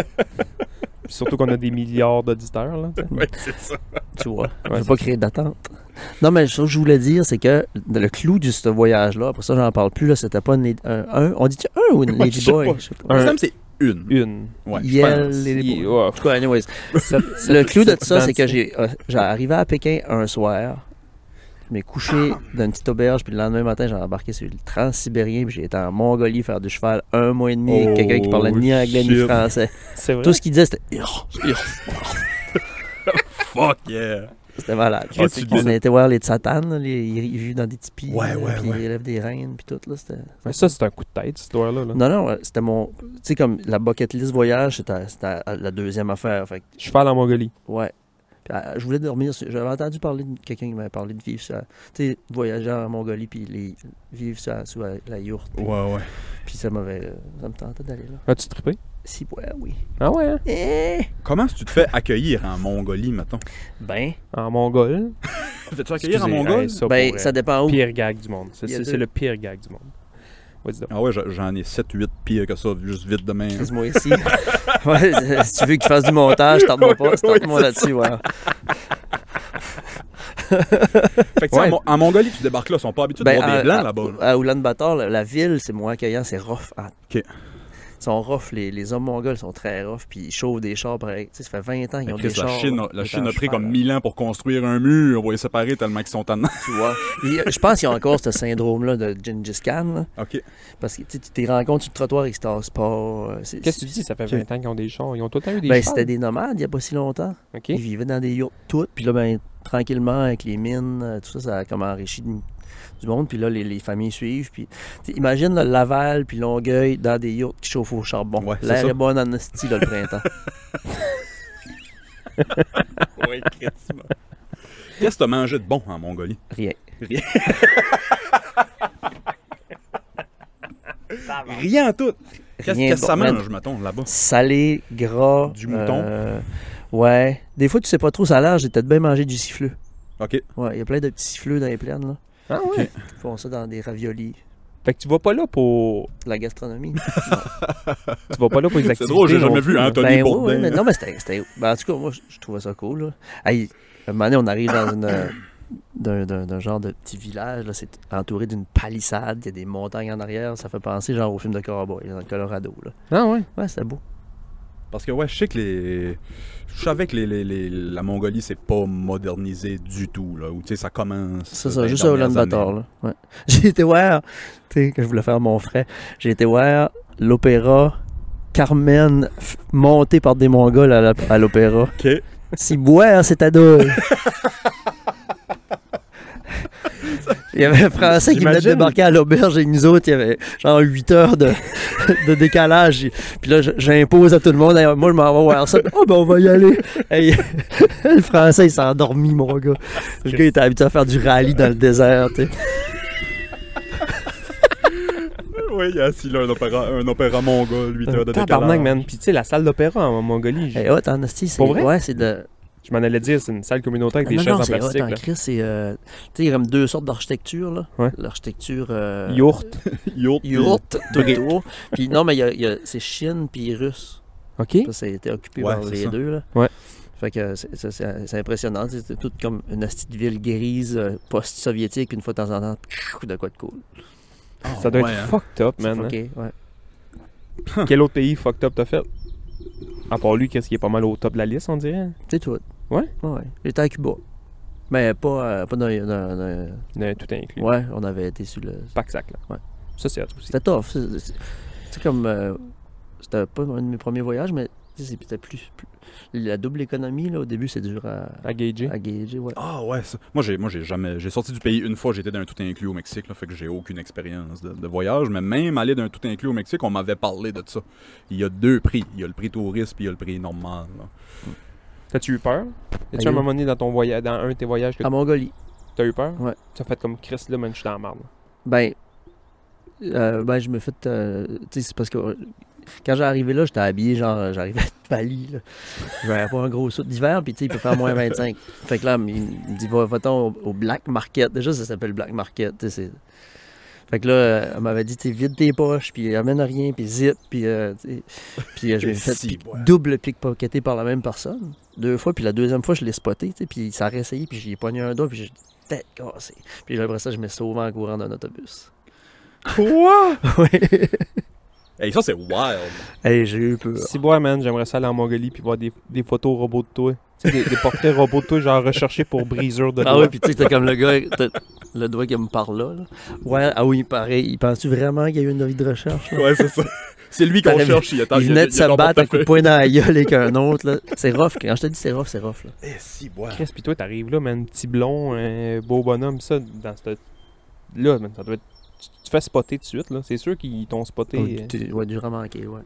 Puis surtout qu'on a des milliards d'auditeurs, là. tu sais.
ouais, c'est ça.
tu vois.
Ouais,
je veux pas créer d'attente. Non, mais ce que je voulais dire, c'est que le clou de ce voyage-là, après ça, j'en parle plus, là, c'était pas une Lady- un, un- On dit-tu un ou une
Ouais,
Lady
je sais
Boy?
pas.
Je sais pas.
Il me
Un-
semble que c'est une.
Une.
Ouais, Ben, je
Yell
pense.
Lady Boy.
Il- ouais.
En tout cas, anyways.
Cette-
Le
cette-
clou de
cette
ça, c'est que
identité.
j'ai euh, j'ai arrivé à Pékin un soir, je m'ai couché dans une petite auberge, puis le lendemain matin, j'ai embarqué sur le transsibérien, puis j'ai été en Mongolie faire du cheval un mois et demi avec
Oh,
quelqu'un qui parlait ni anglais ni
shit.
français.
C'est vrai.
Tout ce qu'il disait, c'était oh, Urgh
Fuck yeah!
c'était malade.
Ah, tu
On
dis-
a été voir les tsatanes, là, les- ils ils vivent dans des tipis,
Ouais,
là,
ouais,
puis
ouais.
ils élèvent des reines, puis tout. Là, c'était-
Mais ça, c'est un coup de tête, cette histoire-là. là.
non, non, euh, c'était mon. Tu sais, comme la bucket list voyage, c'était c'était la deuxième affaire. Fait que
Cheval en Mongolie.
Ouais. Puis, euh, je voulais dormir. sur- J'avais entendu parler de quelqu'un qui m'avait parlé de vivre ça. Tu sais, voyager en Mongolie puis les vivre ça sous la, la yourte.
Ouais, ouais.
Puis ça m'avait. euh, Ça me tentait d'aller là.
As-tu trippé?
Si, ouais, oui.
Ah ouais, hein?
Eh!
Comment est-ce que tu te fais accueillir en Mongolie, mettons?
Ben,
En mongol.
Fais-tu accueillir en
Excusez,
Mongol?
hey, ça,
ben,
pour,
ça
euh,
dépend où.
pire gag du monde. C'est
Il y a
c'est-
deux-
c'est le pire gag du monde. What's the...
Ah ouais, je- j'en ai 7-8 pires que ça, juste vite demain.
Excuse-moi ici. Ouais, euh, si tu veux qu'il fasse du montage, tente-moi pas.
Oui, oui,
Tente-moi là-dessus, voilà.
fait que tu sais,
Ouais.
en, Mon- en Mongolie, tu débarques là, ils sont pas habitués
Ben,
de voir
à-
des blancs
à-
là-bas.
À Ulaanbaatar, la, la ville, c'est moins accueillant, c'est rough. en-
Ok.
Ils sont rough, les, les hommes mongols sont très rough, puis ils chauffent des chars pareil. Tu sais, ça fait 20 ans qu'ils ont
Chris,
des
la
chars.
Chine,
là,
la
qui
Chine
étaient
a
en
pris
cheval,
comme
là,
1000 ans pour construire un mur, on va les séparer tellement qu'ils sont en
tu vois. Et je pense qu'ils ont encore ce syndrome-là de Gengis Khan, là,
Ok.
parce que tu sais, tu t'es rencontres sur le trottoir, ils se tassent pas. euh, c'est-
Qu'est-ce que tu dis? Ça fait
Ok.
20 ans qu'ils ont des chars. Ils ont tout le temps eu des
Ben,
chars.
c'était des nomades il n'y a pas si longtemps.
OK.
Ils vivaient dans des yurts toutes. Puis là, ben, tranquillement, avec les mines, euh, tout ça, ça a comme enrichi du du monde. Puis là, les, les familles suivent. Puis t'sais, imagine là, Laval puis Longueuil dans des yurts qui chauffent au charbon.
Ouais, c'est
L'air
ça.
est bon en esti, là, le printemps.
Ouais, Qu'est-ce que t'as mangé de bon en Mongolie?
Rien.
Rien en tout. Qu'est-ce
Rien
que
de bon.
ça
Man,
mange, mettons, là-bas?
Salé, gras.
Du mouton.
euh, ouais. Des fois, tu sais pas trop, ça a l'air, j'ai peut-être bien mangé du siffleux.
Ok.
Ouais, il y a plein de petits siffleux dans les plaines, là.
Ah ouais?
Ils font ça dans des raviolis.
Fait que tu vas pas là pour...
De la gastronomie.
Tu vas pas là pour les activités.
C'est drôle, j'ai
non
jamais
plus,
vu hein,
là.
Anthony
Ben oui, oui,
Bourdain.
mais non, mais c'était. c'était- ben, en tout cas, moi, je, je trouvais ça cool. Là. Hey, un moment donné, on arrive dans une. euh, d'un- D'un d'un genre de petit village, là, c'est entouré d'une palissade, il y a des montagnes en arrière, ça fait penser genre au film de Cowboy, là, dans le Colorado. Là.
Ah ouais?
Ouais, c'était beau.
Parce que ouais, je sais que les. Je savais que les, les- les- la Mongolie, c'est pas modernisé du tout, là. Ou tu sais, ça commence.
C'est
euh, dans
ça,
les
juste à
dernières
Ulaanbaatar.
années.
là. Ouais. J'ai été voir, tu sais, que je voulais faire mon frère, j'ai été voir l'opéra Carmen f- montée par des Mongols à la- à l'opéra. Si boire, c'est à deux. Il y avait un Français qui venait de
J'imagine.
débarquer à l'auberge et nous autres, il y avait genre 8 heures de, de décalage. Puis là, je- j'impose à tout le monde. Hey, Moi, je m'en vais voir ça. Oh, ben, on va y aller. Hey, le Français, il s'est endormi, mon gars. Le gars, il était habitué à faire du rallye dans le désert. tu sais.
OK. oui, il y a assis là un opéra, un opéra mongol, 8 heures de décalage.
Tabarnak, man. Puis tu sais, la salle d'opéra en Mongolie, je-
Hey, hot, en esti, c'est
Pour vrai?
ouais, c'est de.
je m'en allais dire, c'est une salle communautaire avec des
non,
chaises
non,
en
c'est hot
plastique.
en
là.
Christ, C'est. euh, Tu sais, il y a comme deux sortes d'architecture, là.
Ouais.
L'architecture. euh,
Yourt.
Yacht, puis-
Yourte, tout autour. Puis non, mais il y a, il y a- c'est Chine puis Russe.
OK.
Ça, ça a été occupé
Ouais,
par
c'est
les
ça.
deux. Là.
Ouais.
Fait que c'est, ça, c'est- c'est impressionnant. C'est c'est tout comme une petite ville grise euh, post-soviétique, une fois de temps en temps, pfiou, de quoi de cool.
Ah,
Ça doit
ouais,
être
hein.
fucked up, man.
ok, ouais.
hein. Quel autre pays fucked up t'as fait? À part lui, qu'est-ce qui est pas mal au top de la liste, on dirait?
C'est tout.
Ouais?
Ouais. J'étais à Cuba. Mais pas, euh, pas dans, dans- dans-
Euh, tout inclus.
Ouais, on avait été sur le.
Pack sac, là.
Ouais.
Ça, c'est autre aussi.
C'était tough. C'est, c'est- c'est comme. euh, c'était pas un de mes premiers voyages, mais tu sais, c'était plus, plus- La double économie, là, au début, c'est dur à,
À gager.
à gager. Ouais.
Ah ouais, ça- moi j'ai moi j'ai jamais j'ai sorti du pays une fois, j'étais d'un tout inclus au Mexique, là, fait que j'ai aucune expérience de, de voyage, mais même aller d'un tout inclus au Mexique, on m'avait parlé de ça. Il y a deux prix, il y a le prix touriste puis il y a le prix normal. là.
T'as-tu eu peur?
Aïe.
As-tu un moment donné dans ton voyage, dans un de tes voyages que
À Mongolie.
t'as eu peur?
Ah. Ouais.
T'as fait comme Chris là, man, je suis dans la merde.
Ben, euh, ben je me fais. euh, tu sais, c'est parce que euh, quand j'ai arrivé là, j'étais habillé, genre, euh, j'arrivais de Bali, là. J'avais pas un gros saut d'hiver, puis tu sais, il peut faire moins 25. Fait que là, il me dit, va, va-t'en au, au Black Market. Déjà, ça s'appelle Black Market, tu sais, c'est. Fait que là, euh, elle m'avait dit, tu sais, vide tes poches, puis amène rien, puis zip, puis. euh, tu sais. puis euh, je
Et
m'ai fait
si,
pic-
ouais.
double pickpocketé par la même personne, deux fois, puis la deuxième fois, je l'ai spoté, tu sais, puis ça a réessayé, puis j'ai pogné un doigt, puis j'ai tête cassée. Puis là, après ça, je me sauve en courant d'un autobus.
Quoi?
Oui.
Hey, ça c'est wild.
hey, j'ai eu peur.
Si bois, man, j'aimerais ça aller en Mongolie puis voir des, des photos robots de toi. Tu sais, des, des portraits robots de toi, genre recherchés pour brisure de
Ah
doigts.
ouais, puis tu sais, t'as comme le gars, t'as le doigt qui me parle là. là. Ouais, ah oui, pareil. Il pense-tu vraiment qu'il y a eu une vie de recherche? là?
Ouais, c'est ça. C'est lui qu'on
Pareil,
cherche, il attend.
Il venait de se battre un coup de poing dans la gueule avec un autre. là. C'est rough. Quand je te dis c'est rough, c'est rough. Là.
Et Eh, si bois.
Chris, puis toi, t'arrives là, man, petit blond, un beau bonhomme, ça, dans cette. Là, man, ça doit être. Tu, tu fais spotter tout de suite, là. C'est sûr qu'ils t'ont spoté.
Oh,
euh,
tu- ouais, durement manqué, ouais.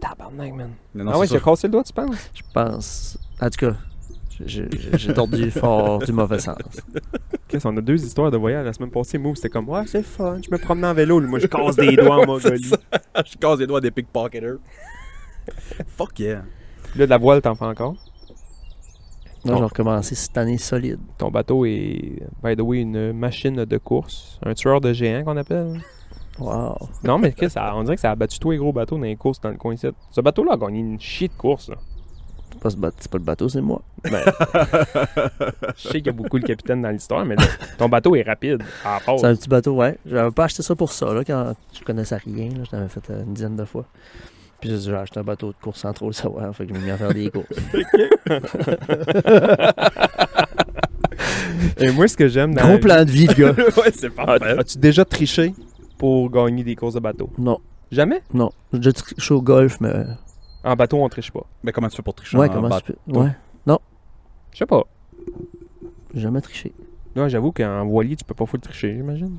Tabarnak, man.
Non, non,
ah ouais,
c'est
t'as
ça.
cassé le doigt, tu penses?
Je pense. En tout cas, j'ai- j'ai j'ai tordu fort du mauvais sens.
Chris, on a deux histoires de voyage la semaine passée. Moi, c'était comme, ouais, c'est le fun, je me promenais en vélo, moi, je casse des doigts en Mongolie.
je casse les doigts des pickpocketers. Fuck yeah.
Puis Là, de la voile, t'en fais encore.
Moi,
Non.
j'ai recommencé cette année solide.
Ton bateau est, by the way, une machine de course. Un tueur de géants qu'on appelle.
Wow.
Non, mais Chris, ça- on dirait que ça a battu tous les gros bateaux dans les courses dans le coin ici. Ce bateau-là a gagné une chier de course. là.
C'est pas, ce ba- c'est pas le bateau, c'est moi.
Je sais qu'il y a beaucoup de capitaine dans l'histoire, mais là, ton bateau est rapide. À part.
C'est un petit bateau, ouais. J'avais pas acheté ça pour ça, là, quand je connaissais rien. Là, je l'avais fait euh, une dizaine de fois. Puis j'ai dit, j'ai acheté un bateau de course sans trop le savoir. Fait que je me mis à faire des courses.
Et moi, ce que j'aime dans.
Gros plan de vie, le gars.
ouais, c'est parfait.
As- Ah, As-tu déjà triché pour gagner des courses de bateau
Non,
Jamais
non. J'ai déjà triché au golf, mais.
En bateau, on triche pas.
Mais comment tu fais pour tricher
Ouais,
en
comment
bateau?
tu peux. Ouais.
Je sais pas.
J'ai jamais triché.
Non, j'avoue qu'en voilier, tu peux pas full tricher, j'imagine.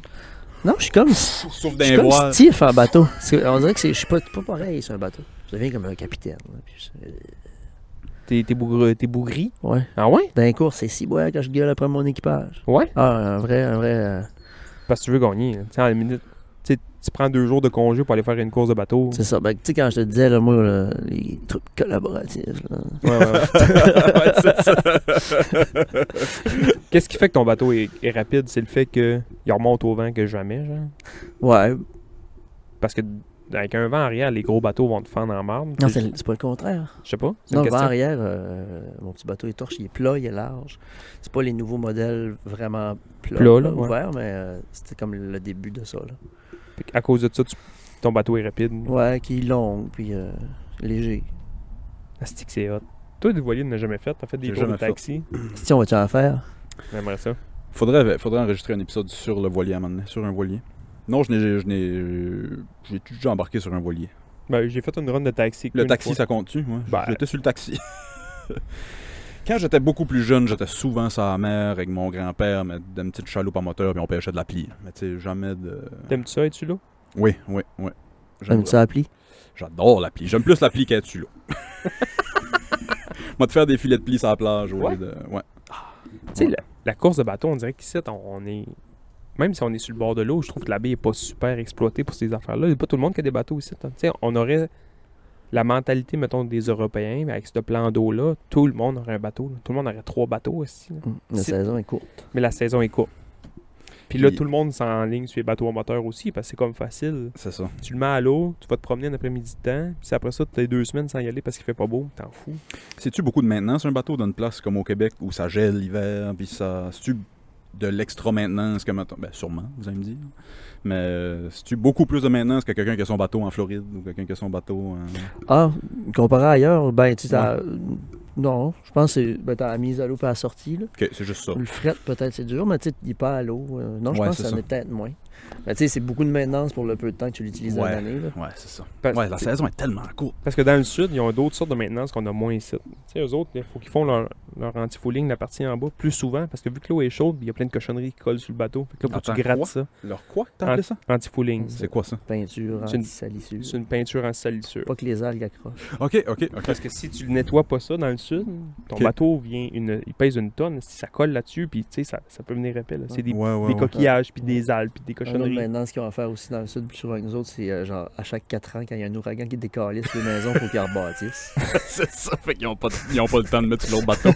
Non, je suis comme.
Sauf
Je
d'un
suis comme
voile.
stiff en bateau. C'est- On dirait que c'est- je suis pas, pas pareil sur un bateau. Je deviens comme un capitaine. là, puis je-
T'es t'es bougre- t'es bougri.
Ouais.
Ah ouais
D'un cours, c'est si bois quand je gueule après mon équipage.
Ouais.
Ah, un vrai, un vrai. euh,
Parce que tu veux gagner. là. Tu sais, en minute. Tu sais, tu prends deux jours de congé pour aller faire une course de bateau.
c'est ça. Ben, tu sais, quand je te disais, là, moi, là, les trucs collaboratifs, là,
Ouais, ouais, ouais. Qu'est-ce qui fait que ton bateau est, est rapide C'est le fait qu'il remonte au vent que jamais, genre.
Ouais.
Parce que avec un vent arrière, les gros bateaux vont te fendre en marde.
Non,
Je
c'est c'est pas le contraire.
sais pas. C'est
Non,
une
le vent
question.
arrière, euh, mon petit bateau est torche, il est plat, il est large. C'est pas les nouveaux modèles vraiment plats,
Plats, là,
là,
ouais.
ouverts, mais euh, c'était comme le début de ça. Là.
Fait que À cause de ça, tu- ton bateau est rapide.
Ouais, qui est long, puis euh, léger.
Asti que c'est hot. Toi, des voiliers, tu n'as jamais fait. T'as fait des
J'ai
cours de
jamais fait.
taxi.
Si on va-tu en faire?
J'aimerais ça.
Faudrait, euh, faudrait enregistrer un épisode sur le voilier à un moment donné, sur un voilier. Non, je n'ai, je n'ai, j'ai déjà embarqué sur un voilier.
Ben, j'ai fait une run de taxi.
Le
une
taxi,
fois.
ça compte-tu? Ouais.
Ben.
J'étais sur le taxi. Quand j'étais beaucoup plus jeune, j'étais souvent sur la mer avec mon grand-père, mais dans une petite chaloupe à moteur, puis on pêchait de la plie. Mais tu sais, jamais de...
T'aimes-tu ça, es-tu là
Oui, oui, oui. J'aime
J'aime
ça.
ça appli.
J'adore la plie. J'aime plus la plie qu'être sur l'eau. Moi, de faire des filets de plie sur la plage. au
Ouais?
lieu de- ouais.
Tu sais, la, la course de bateau, on dirait qu'ici, on, on est. Même si on est sur le bord de l'eau, je trouve que la baie n'est pas super exploitée pour ces affaires-là. Il n'y a pas tout le monde qui a des bateaux ici. hein. Tu sais, on aurait la mentalité, mettons, des Européens, mais avec ce plan d'eau-là, tout le monde aurait un bateau. là. Tout le monde aurait trois bateaux aussi. là.
Mm. La
C'est-
saison est courte.
Mais la saison est courte. Puis là,
Puis-
tout le monde s'enligne sur les bateaux à moteur aussi, parce que c'est comme facile.
C'est ça.
Tu le mets à l'eau, tu vas te promener un après-midi de temps, puis après ça, tu as deux semaines sans y aller parce qu'il fait pas beau, t'en fous.
Sais-tu beaucoup de maintenance un bateau dans une place comme au Québec où ça gèle l'hiver, puis ça. C'est-tu de l'extra maintenance que maintenant. Ben, sûrement, vous allez me dire. Mais euh, c'est-tu beaucoup plus de maintenance que quelqu'un qui a son bateau en Floride ou quelqu'un qui a son bateau en.
Ah, comparé à ailleurs, ben, tu sais, t'as- Non, je pense que c'est ben, t'as la mise à l'eau et la sortie, là.
Ok, c'est
Oh.
juste ça.
Le fret, peut-être, c'est dur, mais tu sais, il est pas à l'eau. Euh, non, je
Ouais,
pense
c'est
que ça en
ça.
est peut-être moins. Mais tu sais, c'est beaucoup de maintenance pour le peu de temps que tu l'utilises dans
Ouais.
l'année. là.
Ouais, c'est ça.
Parce-
Ouais, la saison est tellement courte.
Parce que dans le sud, ils ont d'autres sortes de maintenance qu'on a moins ici. Tu sais, eux autres, il faut qu'ils font leur, leur anti-fouling, la partie en bas, plus souvent, parce que vu que l'eau est chaude, il y a plein de cochonneries qui collent sur le bateau. Fait que là, faut que tu
Attends,
grattes
quoi?
ça.
Alors quoi que
appelé
ça
Anti-fouling.
C'est quoi ça
Peinture,
C'est une-
anti-salissure.
C'est une peinture en salissure.
Pas que les algues accrochent.
Ok, ok, ok.
Parce que si tu ne nettoies pas ça dans le sud, ton
Ok.
bateau vient une, il pèse une tonne, si ça colle là-dessus, puis tu sais, ça, ça peut venir épais. là. C'est des,
Ouais, ouais,
des
ouais.
coquillages, puis des algues, puis des
Un autre
cochonneries.
maintenant, ce qu'ils vont faire aussi dans le sud, plus souvent que nous autres, c'est euh, genre à chaque 4 ans, quand il y a un ouragan qui décalisse les maisons, faut qu'ils rebâtissent.
c'est ça, fait qu'ils n'ont pas, ils ont pas le temps de mettre sur l'autre bateau.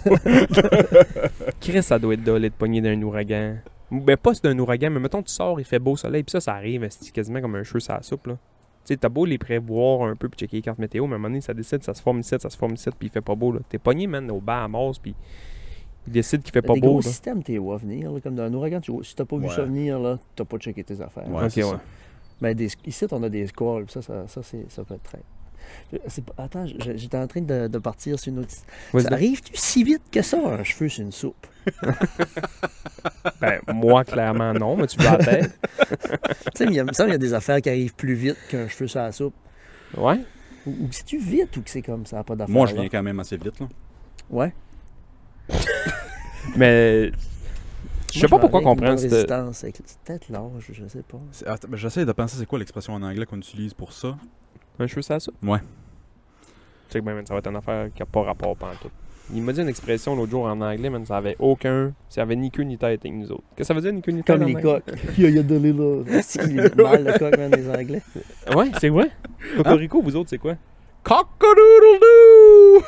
Chris, ça doit être dole être pogné d'un ouragan. Ben, pas c'est d'un ouragan, mais mettons, tu sors, il fait beau soleil, puis ça, ça arrive, c'est quasiment comme un cheveu sur la soupe, là. Tu sais, t'as beau les prévoir un peu, puis checker les cartes météo, mais à un moment donné, ça décide, ça se forme ici, ça se forme ici, puis il fait pas beau, là. T'es pogné, man, au Bahamas, puis il décide qu'il fait pas
des
beau,
gros
là.
systèmes, t'es où à venir. là, comme dans un ouragan, tu vois, si t'as pas vu
Ouais.
ça venir, là, t'as pas checké tes affaires.
Ouais,
Ok,
c'est
ouais.
ça.
Ben, des, ici, on a des squalls, pis ça, ça, ça, c'est- ça peut être très. Je- c'est pas- Attends, je- j'étais en train de, de partir sur une autre.
Vas-y,
Ça arrive-tu si vite que ça, un cheveu sur une soupe?
ben, moi, clairement, non, mais tu vas à la tête.
tu sais, il y a- il me semble qu'il y a des affaires qui arrivent plus vite qu'un cheveu sur la soupe.
Ouais.
Ou, ou que c'est-tu vite ou que c'est comme ça, pas d'affaires?
Moi, je
là?
viens quand même assez vite, là.
Ouais.
Mais, je sais
Moi,
pas pourquoi
viens avec
qu'on
une
prend
bonne
cette.
résistance, avec- C'est peut-être l'âge, je sais pas.
C'est- attends, ben, J'essaie de penser c'est quoi l'expression en anglais qu'on utilise pour ça.
Un cheveu sur la soupe?
Ouais.
Check bien, man, ça va être une affaire qui n'a pas rapport pantoute. Il m'a dit une expression l'autre jour en anglais, man, ça avait aucun. Ça avait ni queue ni tête avec nous autres. Qu'est-ce que ça veut dire, ni queue ni tête?
Comme
en
les
anglais?
coqs. Il a- il a donné là. C'est qu'il est mal le coq, même des Anglais.
Ouais, c'est vrai. Cocorico, vous autres, c'est quoi?
Cock-a-doodle-doo!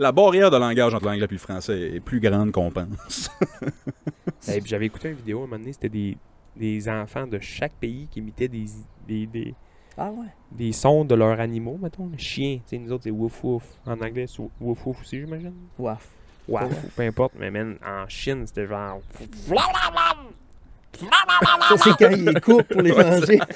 La barrière de langage entre l'anglais et le français est plus grande qu'on pense.
Eh, puis J'avais écouté une vidéo à un moment donné, c'était des, des enfants de chaque pays qui imitaient des, des, des,
Ah ouais.
des sons de leurs animaux, mettons. Le chien, tu sais, nous autres, c'est woof woof. En anglais, c'est woof woof aussi, j'imagine.
Waf.
Ouais,
Ouais.
ou peu importe, mais man, en Chine, c'était genre.
Ça, c'est quand il est court pour les manger.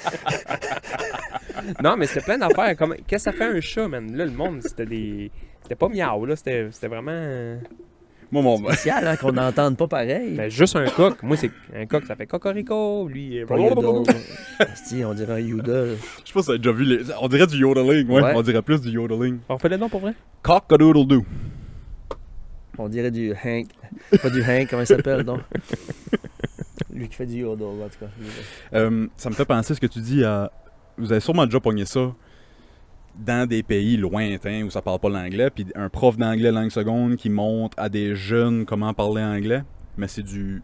Non, mais c'était plein d'affaires. Comme... Qu'est-ce que ça fait un chat, man? Là, le monde, c'était des. C'était pas miaou, là. C'était c'était vraiment. euh,
Moi, mon.
Spécial, hein, qu'on n'entende pas pareil.
Ben, juste un coq. Moi, c'est un coq, ça fait cocorico. Lui, euh,
Pas Yoda. Asti, on dirait un Yoda. là.
Je sais pas si t'as déjà vu les. On dirait du yodeling, ouais.
Ouais.
On dirait plus du yodeling.
On fait le nom pour vrai?
cock a doodle doo
On dirait du Hank. Pas du Hank, comment il s'appelle, donc? Lui qui fait du Yoda, en tout cas.
Euh, ça me fait penser ce que tu dis à. Vous avez sûrement déjà pogné ça dans des pays lointains où ça parle pas l'anglais, puis un prof d'anglais langue seconde qui montre à des jeunes comment parler anglais, mais c'est du.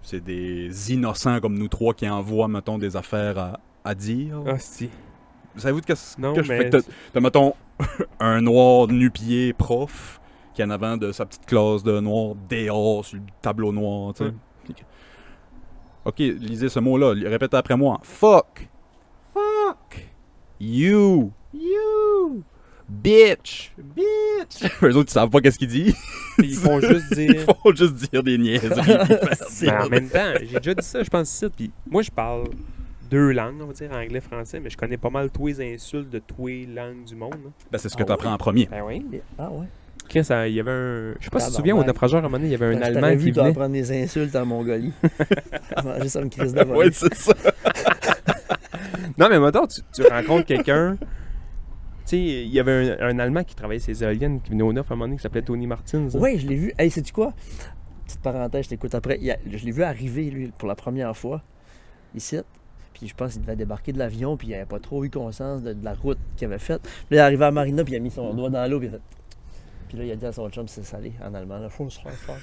C'est des innocents comme nous trois qui envoient, mettons, des affaires à, à dire.
Ah, si.
Savez-vous de qu'est-ce
Non,
que je
mais-
fais? T'as- T'as, Ben, mettons, un noir nu-pied prof qui est en avant de sa petite classe de noir dehors sur le tableau noir, tu sais.
Ouais.
OK, lisez ce mot-là. li- Répétez après moi. Fuck. Fuck. You. You. Bitch. Bitch. Eux autres, ils savent pas qu'est-ce qu'ils disent.
Ils font juste
Ils
dire.
font juste dire des niaiseries.
C'est
Mais en même temps, j'ai déjà dit ça, je pense, ici. Puis moi, je parle deux langues, on va dire anglais, français, mais je connais pas mal tous les insultes de tous les langues du monde. hein. là.
ben, c'est ce
Ah
que
ouais?
t'apprends en premier.
Ben oui.
Ah ouais.
Chris, euh, il y avait un. Je sais pas si tu
Tabarnak.
te souviens, au naufrageur, à un moment donné, il y avait
Ben,
un
Je t'aurais
Allemand qui
vu
venait.
d'apprendre des insultes en Mongolie. À manger ça une crise de
Ouais, c'est ça.
Non, mais mettons, tu, tu rencontres quelqu'un. Tu sais, il y avait un, un Allemand qui travaillait ses éoliennes qui venait au neuf à un moment donné qui s'appelait Tony Martins. hein.
Oui, je l'ai vu. Hey, sais-tu quoi? Petite parenthèse, je t'écoute après. Il a- je l'ai vu arriver, lui, pour la première fois, ici. Puis je pense qu'il devait débarquer de l'avion, puis il n'avait pas trop eu conscience de, de la route qu'il avait faite. Puis là, il est arrivé à Marina, puis il a mis son doigt dans l'eau, puis il a fait... Puis là, il a dit à son chum, c'est salé, en allemand. Là, Faut se faire faire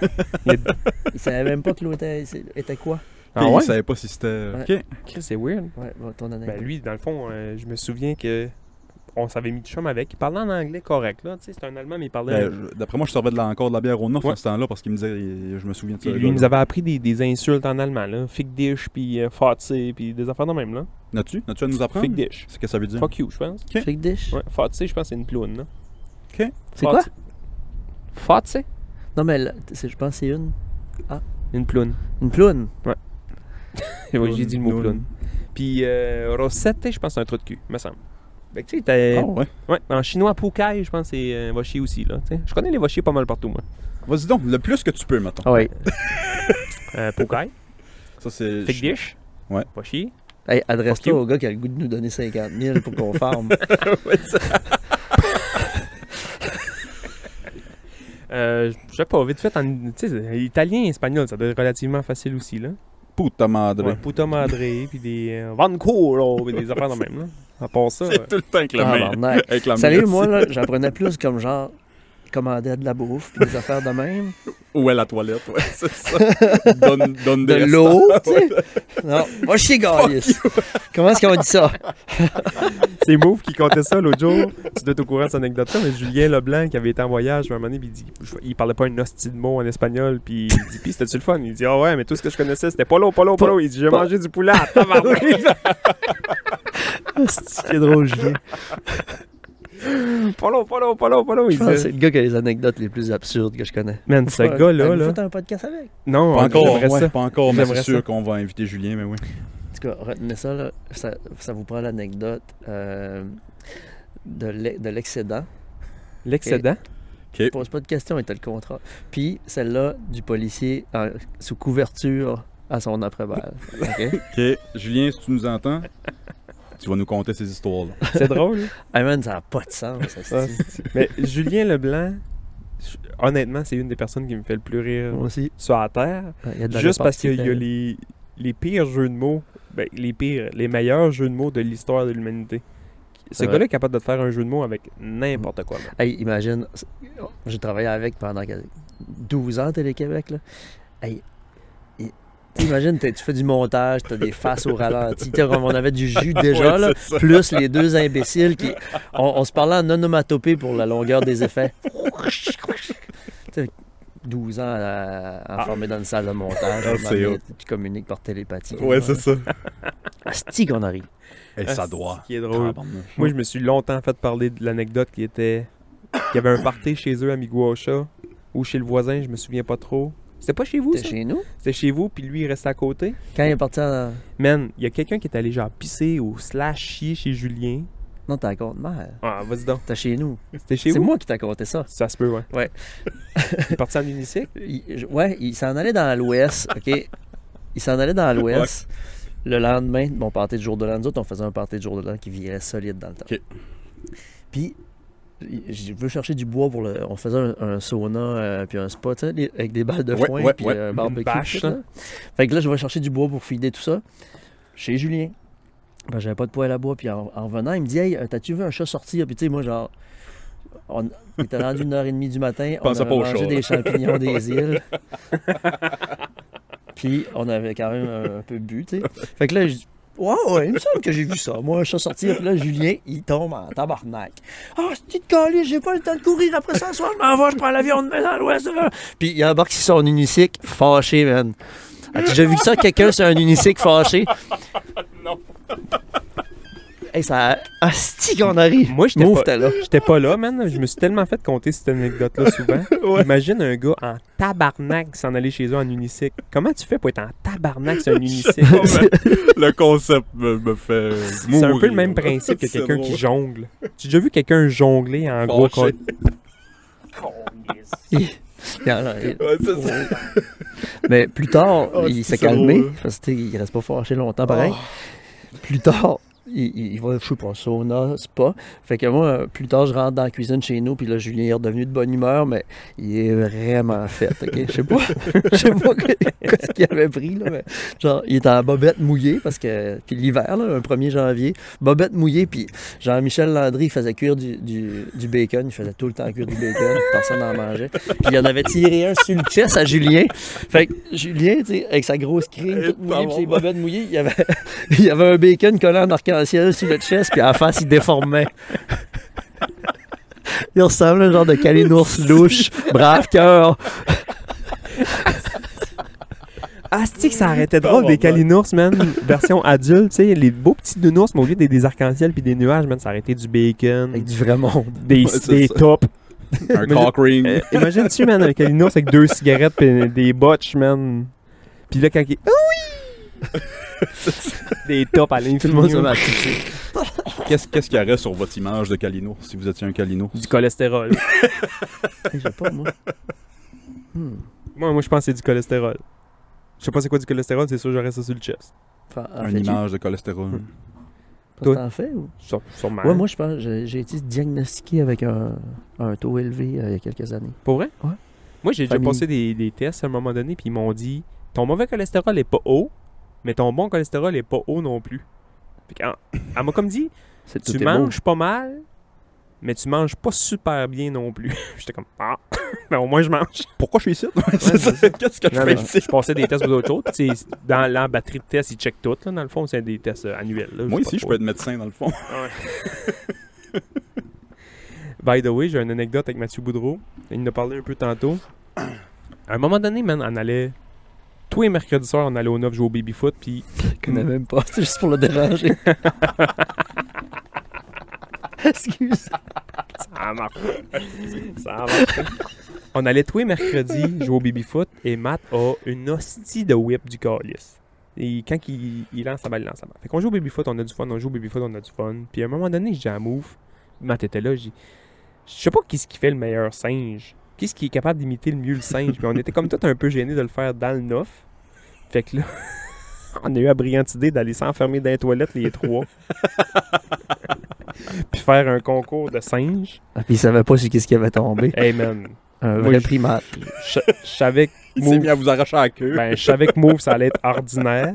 ça. il, a- il savait même pas que l'eau était, était quoi.
Ah
Puis
ouais?
Ils savaient pas si c'était.
Ouais.
OK.
Chris, c'est weird.
Ouais, bon, ton anecdote.
Ben lui, dans le fond, euh, je me souviens que on s'avait mis de chum avec. Il parlait en anglais correct, là. Tu sais, c'est un Allemand, mais il parlait.
Ben, je- D'après moi, je servais de la, encore de la bière au neuf
Ouais.
à ce temps-là parce qu'il me disait, il- je me souviens de ça.
Puis
le
lui, il
gars-là.
nous avait appris des, des insultes en allemand, là. Fick dish, puis euh, Fatze, puis des affaires de même, là.
N'as-tu N'as-tu à nous apprendre
Fick dish.
C'est ce que ça veut dire
Fuck you, je pense.
Ok.
Frick dish.
hein? Ouais, Fatze, je pense, c'est une ploune, là.
Ok.
C'est quoi?
Fatze?
Non, mais là, c'est- je pense que c'est une...
Une ploune.
Une ploune.
Oui, J'ai dit le mot
Ploune.
ploune. Puis euh, Rosette, je pense, c'est un trou de cul, me semble. Fait que, tu sais, t'as-
Ah ouais.
ouais, en chinois, Pukai, je pense, c'est euh, va chier aussi, là. tu sais. Je connais les va chier pas mal partout, moi.
Vas-y donc, le plus que tu peux, mettons.
Ah oui.
Euh, Pukai,
Ça, c'est.
Fick dish.
Ouais.
Va chier.
Hey, adresse-toi
Fuck you.
au gars qui a le goût de nous donner 50 000 pour qu'on farme.
Euh, je sais pas, vite fait, en, tu sais, euh, italien et espagnol, ça doit être relativement facile aussi, là.
Puta madre.
Ouais, puta madre, puis des euh, Vancouver, puis des affaires de même, là. À part ça, euh,
tout le temps avec la main.
Tabarnak.
Avec
Ah,
la main
Sérieux,
aussi.
moi, là, j'apprenais plus comme genre commander de la bouffe puis des affaires de même.
Où est la toilette Ouais, c'est ça. donne, donne
De
des
l'eau, tu sais. Non, moi, je suis Gaius. Comment est-ce qu'on dit ça?
c'est Move qui comptait ça l'autre jour. Tu dois être au courant de cette anecdote-là, mais Julien Leblanc, qui avait été en voyage, à un moment donné, puis il dit, je- il parlait pas un hostie de mot en espagnol, puis il dit, puis c'était-tu le fun? Il dit, ah ouais, mais tout ce que je connaissais, c'était polo, polo, polo. Il dit, j'ai mangé du poulet à tabarnak.
C'est drôle, Julien.
Polo, polo, polo, polo.
Je
Il
pense que c'est
dit,
le gars qui a les anecdotes les plus absurdes que je connais.
man, ce
Ouais, Ben,
gars-là,
vous
là.
faites un podcast avec.
Non,
Pas encore,
j'aimerais
ouais,
ça.
pas encore, mais c'est
J'aimerais ça.
sûr qu'on va inviter Julien, mais oui.
En tout cas, retenez ça, là. Ça, ça vous prend l'anecdote euh, de l'e- de l'excédent.
L'excédent.
Je pose pas de questions, était le contrat. Puis celle-là du policier en- sous couverture à son après-balle. OK?
Ok, Julien, si tu nous entends, tu vas nous conter ces histoires-là.
C'est drôle.
Hey man, ça n'a pas de sens, ça.
Ah,
c'est-
Mais Julien Leblanc, je- honnêtement, c'est une des personnes qui me fait le plus rire
Moi aussi.
sur la Terre.
Ah, il y a de la
Juste parce qu'il
répartie,
y a les, les pires jeux de mots, ben, les pires, les meilleurs jeux de mots de l'histoire de l'humanité. Ce
C'est vrai.
gars-là est capable de te faire un jeu de mots avec n'importe quoi. man.
Hey, imagine, c'est- j'ai travaillé avec pendant que- 12 ans Télé-Québec. Là. Hey, il- Imagine, t'es- tu fais du montage, t'as des faces au ralenti. T'as- On avait du jus déjà, là, plus les deux imbéciles qui. On, on se parlait en onomatopée pour la longueur des effets. T'sais, 12 ans euh, enfermé dans une salle de montage,
Ah,
un
c'est
moment donné,
haut.
tu communiques par télépathie.
Ouais, c'est ça.
Asti qu'on arrive.
Et ça doit.
Qui est drôle.
Tabarnouche.
Moi, je me suis longtemps fait parler de l'anecdote qui était qu'il y avait un party chez eux à Miguasha ou chez le voisin, je me souviens pas trop. C'était pas chez vous,
T'es
ça?
chez nous.
C'était chez vous, puis lui, il restait à côté.
Quand il est parti en.
Man, il y a quelqu'un qui est allé genre pisser ou slash chier chez Julien.
Non, t'as compte mal.
Ah, vas-y donc.
T'es chez nous.
C'était chez
C'est
vous?
moi qui t'ai raconté ça.
Ça se peut, ouais.
Ouais.
il est parti en unicycle?
Il- je- ouais, il s'en allait dans l'ouest, OK? Il s'en allait dans l'ouest. Le lendemain, de mon party de jour de l'an, nous autres, on faisait un party de jour de l'an qui virait solide dans le temps.
OK.
Puis, je veux chercher du bois pour le... On faisait un, un sauna euh, puis un spa, tu sais, les- avec des balles de
Ouais,
foin
ouais,
puis
ouais. hein.
euh, un barbecue.
Une bâche,
tout ça.
là.
Fait que là, je vais chercher du bois pour filer tout ça chez Julien. Ben, j'avais pas de poêle à bois. Puis en, en revenant, il me dit Hey, euh, t'as-tu vu un chat sortir Puis tu sais, moi, genre, on il était rendu une heure et demie du matin. On
Pensais
avait
pas au
mangé
chat, là.
des champignons des îles. Puis on avait quand même un, un peu bu, tu sais. Fait que là, je dis Ouais, ouais, il me semble que j'ai vu ça. Moi, un chat sortir. Puis là, Julien, il tombe en tabarnak. Ah, oh, petite calée, j'ai pas le temps de courir après ça. Soir, je m'en vais, je prends l'avion demain dans l'ouest. là. Puis il embarque sur son unicycle, fâché, man. As-tu déjà vu ça, quelqu'un sur un unicycle fâché? Hey, ça. Asti qu'on arrive!
Moi, j'étais
Move,
pas-
t'es là.
J'étais pas là, man. Je me suis tellement fait compter cette anecdote-là souvent. Imagine un gars en tabarnak s'en aller chez eux en unicycle. Comment tu fais pour être en tabarnak sur un unicycle?
Le concept me, me fait.
C'est un peu le même principe que quelqu'un qui jongle. Tu as déjà vu quelqu'un jongler en gros
Fâché.
Il en a-
Ouais, c'est ça.
Mais plus tard,
Ah,
il
c'est
s'est calmé.
drôle.
Parce que, tu sais, il reste pas fâché longtemps, pareil.
Ah.
Plus tard, il, il- il va, je sais pas, sauna, spa. Fait que moi, euh, plus tard, je rentre dans la cuisine chez nous. Puis là, Julien est redevenu de bonne humeur, mais il est vraiment fait. ok? Je sais pas, je sais pas que- qu'est-ce qu'il avait pris. Là, mais genre, il est en bobette mouillée. Parce que, puis l'hiver, là, le 1er janvier, bobette mouillée. Puis Jean-Michel Landry, il faisait cuire du, du- du bacon. Il faisait tout le temps cuire du bacon. Personne n'en mangeait. Puis il en avait tiré un sur le chest à Julien. Fait que Julien, tu sais, avec sa grosse crime toute mouillée, puis ses bobettes mouillées, il y avait, il y avait un bacon collant en arc-en-ciel sur le chest, puis à la face, il déformait. Il ressemble à un genre de calinours louche, brave cœur.
Asti Ah, que ça arrêtait drôle des calinours, man. Version adulte, tu sais. Les beaux petits nounours, mais au lieu des, des arcs-en-ciel puis des nuages, man, ça arrêtait du bacon,
Avec du vrai monde.
des,
Ouais, c'est
des
ça.
tops.
Un cock ring.
Euh, Imagine-tu, man, un calinours avec deux cigarettes pis des botches, man. Pis là, quand il. Ah Oui! des tops à
Tout le monde se
l'infini.
met à
Qu'est-ce qu'est-ce qu'il y aurait sur votre image de Calino si vous étiez un Calino
Du cholestérol.
Hey, J'ai pas, moi. Hmm.
moi, moi je pense que c'est du cholestérol. Je sais pas c'est quoi du cholestérol, c'est sûr j'aurais ça sur le chest.
Enfin, en
Une
fait,
image de
Hmm.
cholestérol.
tu-
toi.
T'en fais ou?
Sur, sûrement.
Ouais, moi, je pense, j'ai j'ai été diagnostiqué avec un, un taux élevé euh, il y a quelques années.
Pour vrai?
Ouais.
Moi, j'ai déjà
Famille.
passé des, des tests à un moment donné, puis ils m'ont dit ton mauvais cholestérol est pas haut, mais ton bon cholestérol est pas haut non plus. Fait qu'en- elle m'a comme dit
C'est tout
tu
est beau.
manges pas mal, mais tu manges pas super bien non plus. J'étais comme ah, mais au moins je mange.
Pourquoi je suis ici C'est
c'est
ça. Qu'est-ce que je
Non,
fais
mais
ici
je passais des tests pour d'autres choses. Tu sais, Dans la batterie de tests, ils checkent tout. Là, dans le fond, c'est des tests euh, annuels. là,
Moi
sais pas
ici, je
trop.
peux être médecin dans le fond.
By the way, j'ai une anecdote avec Mathieu Boudreau. Il nous parlait un peu tantôt. À un moment donné, man, on allait. Tous les mercredis soirs, on allait au 9 jouer au baby-foot. Puis
Je connais même pas, c'est juste pour le déranger. Excuse.
Ça marche. Ça marche. On allait tous les mercredis jouer au baby-foot et Matt a une hostie de whip du calice. Et quand il, il lance sa balle, il lance sa balle. Fait qu'on joue au baby-foot, on a du fun, on joue au baby-foot, on a du fun. Puis à un moment donné, j'ai un move. Matt était là, j'ai je sais pas qui ce qui fait le meilleur singe. Qui ce qui est capable d'imiter le mieux le singe. Puis on était comme tout un peu gênés de le faire dans le neuf. Fait que là, on a eu la brillante idée d'aller s'enfermer dans les toilettes, les trois. Puis faire un concours de singes.
Ah, puis il savait pas sur qu'est-ce qui avait tombé.
Hey man,
Un
Moi,
vrai
je-
primate.
je je savais que
Il s'est
Move,
mis à vous arracher la queue.
ben, je savais que Move, ça allait être ordinaire.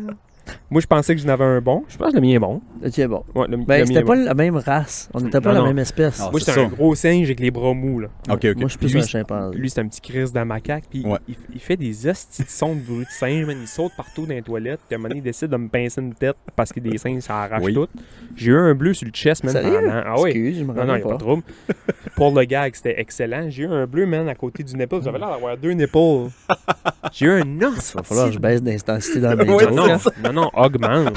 Moi, je pensais que j'en avais un bon. Je pense que le mien est bon.
Ok, bon.
Ouais,
Ben,
le, le mien
c'était
est
pas
bon.
la même race. On n'était pas
Non,
la
non.
même espèce.
Ah,
Moi,
c'est
j'étais un
ça.
gros singe avec les bras mous, là.
Ok, ok.
Moi, je suis plus
Lui,
un chimpanzé.
Lui, c'est un petit Chris dans macaque, puis il-
Ouais.
il, il fait des hosties de sons de bruit de singe, man. Il saute partout dans les toilettes, puis à un moment donné, il décide de me pincer une tête parce que des singes, ça arrache
Oui.
tout. J'ai eu un bleu sur le chest, man.
Sérieux?
pendant- Ah oui.
Excuse, je me
Non, non, il
rappelle
n'y a pas de
pas.
trouble. Pour le gag, c'était excellent. J'ai eu un bleu, man, à côté du nipple. J'avais l'air d'avoir deux nipples. J'ai eu un os.
Il va falloir que je baisse d'intensité dans mes
Ouais,
jokes.
non,
hein.
non, non, augmente.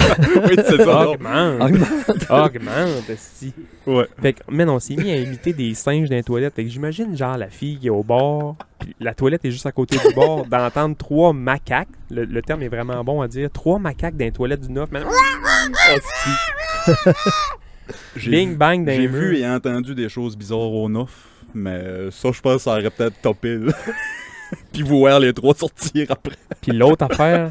oui, c'est ça.
Ah,
non.
augmente.
Augmente.
augmente, esti.
Ouais.
Fait que, man, on s'est mis à imiter des singes dans les toilettes. Fait que j'imagine, genre, la fille qui est au bord, puis la toilette est juste à côté du bord, d'entendre trois macaques. Le, le terme est vraiment bon à dire. Trois macaques dans les toilettes du neuf, man. Esti.
J'ai
Bing bang dans
J'ai
les
vu
murs.
et entendu des choses bizarres au neuf, mais euh, ça, je pense que ça aurait peut-être topé. là. Puis voir les trois sortir après.
Puis l'autre affaire,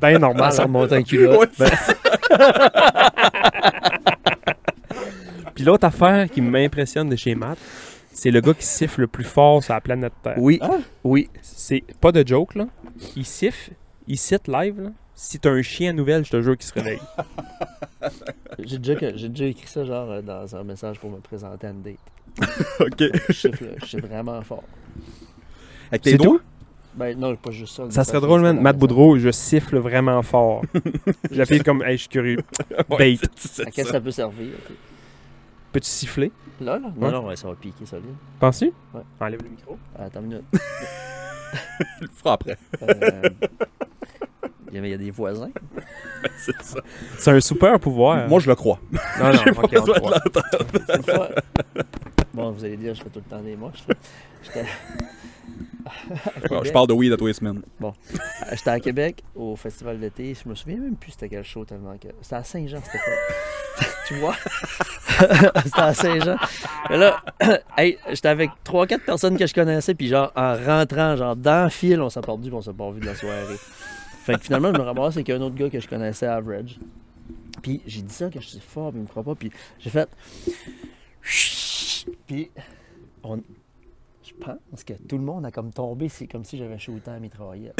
ben normal.
Commence à
hein.
remonter un culotte.
Ouais, c'est-
Puis l'autre affaire qui m'impressionne de chez Matt, c'est le gars qui siffle le plus fort sur la planète Terre.
Oui,
Ah.
oui.
C'est pas de joke, là. Il siffle, il cite live, là. Si t'as un chien à nouvelle, je te jure qu'il se réveille.
J'ai déjà, que- j'ai déjà écrit ça genre euh, dans un message pour me présenter à une date.
ok.
Je chiffre, je chiffre vraiment fort.
Avec
C'est tout?
Ben non, pas juste ça.
Ça serait drôle, man. Matt Boudreau, je siffle vraiment fort. Je la fille est comme, hey, je suis curieux. Bait.
À
C'est
qu'est-ce que
ça.
ça peut servir? ok.
Peux-tu siffler?
Là, là?
Ouais.
Non, non, ouais, ça va piquer solide.
Penses-tu?
Ouais.
Enlève le micro.
Attends une minute.
Tu le feras après.
Euh, Il y a- il y a des voisins.
C'est ça.
C'est un super pouvoir.
Moi, je le crois.
non, non, ok, on
besoin
te
de
croit.
Une fois- Bon, vous allez dire, je fais tout le temps des moches. là. J'étais
Je parle de weed à tous les semaines.
Euh, j'étais à Québec au festival d'été. Je me souviens même plus c'était quel show tellement que. C'était à Saint-Jean, c'était pas. tu vois? c'était à Saint-Jean. Mais là, hey, j'étais avec 3-4 personnes que je connaissais, puis genre, en rentrant, genre, dans le fil, on s'est perdu, puis on s'est pas vu de la soirée. Fait que finalement, je me ramasse avec un autre gars que je connaissais, Average. Puis j'ai dit ça, que je suis fort, puis il me croit pas, puis j'ai fait. Puis, on... je pense que tout le monde a comme tombé, c'est comme si j'avais shooté à mitraillette.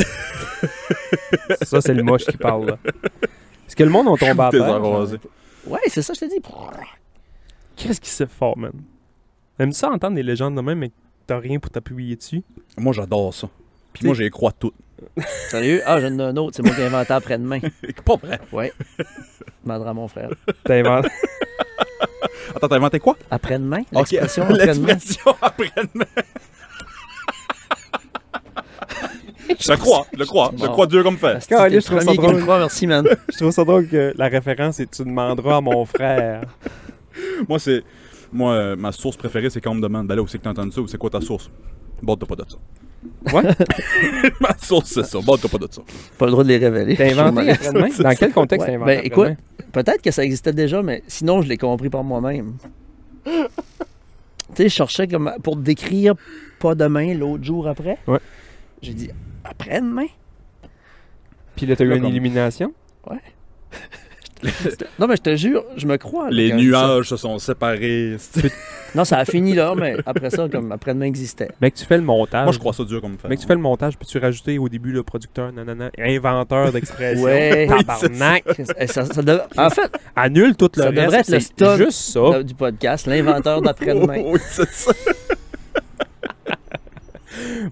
Ça, c'est le moche qui parle, là. Est-ce que le monde ont tombé à
Tes
terre?
oreilles. Rasé.
Ouais, c'est ça, je te dis.
Qu'est-ce qui siffle fort, man? Aimes-tu ça entendre des légendes de même, mais que t'as rien pour t'appuyer dessus?
Moi, j'adore ça. Puis
T'sais-
moi, j'ai crois toutes.
Sérieux? Ah, j'en ai un autre, c'est moi qui ai inventé après-demain.
Pas vrai.
Ouais. Mandra à mon frère.
T'as inventé-
Attends, t'as inventé quoi?
Après-demain?
Ok.
L'expression après-demain.
L'expression après-demain. Je le crois, je le crois, je le
Bon.
crois Dieu comme fait.
C'était le
je trouve ça
premier qui
drôle.
me croit, merci, man.
Je trouve ça drôle que la référence est tu demanderas à mon frère.
Moi, c'est. Moi, euh, ma source préférée, c'est quand on me demande d'aller où c'est que t'as entendu ça ou c'est quoi ta source. Bon, t'as pas de ça.
Ouais.
ma source, c'est ça. Bon, t'as pas de ça.
Pas le droit de les révéler.
T'as inventé
Ouais,
après-demain? Dans quel contexte t'as inventé
Ben écoute,
après-demain?
peut-être que ça existait déjà, mais sinon, je l'ai compris par moi-même. tu sais, je cherchais comme pour décrire pas demain, l'autre jour après.
Ouais.
J'ai dit après-demain?
Puis là, t'as eu
Là,
une
comme-
illumination.
Non, mais je te jure, je me crois. là,
Les
quand je dis Ah, ça.
nuages se sont séparés. c'est-
Non, ça a fini là, mais après ça, comme après-demain existait.
Mec, tu fais le montage.
Moi, je crois ça Dieu comme fait.
Mec, tu fais le montage, puis tu rajouter au début le producteur, nanana, inventeur d'expression.
Ouais.
Tabarnak.
Eh, ça- ça dev- En fait,
Annule tout le
Ça devrait
reste.
être le
c'est
stun.
juste ça.
euh, du podcast, l'inventeur d'après-demain.
Oui, c'est ça.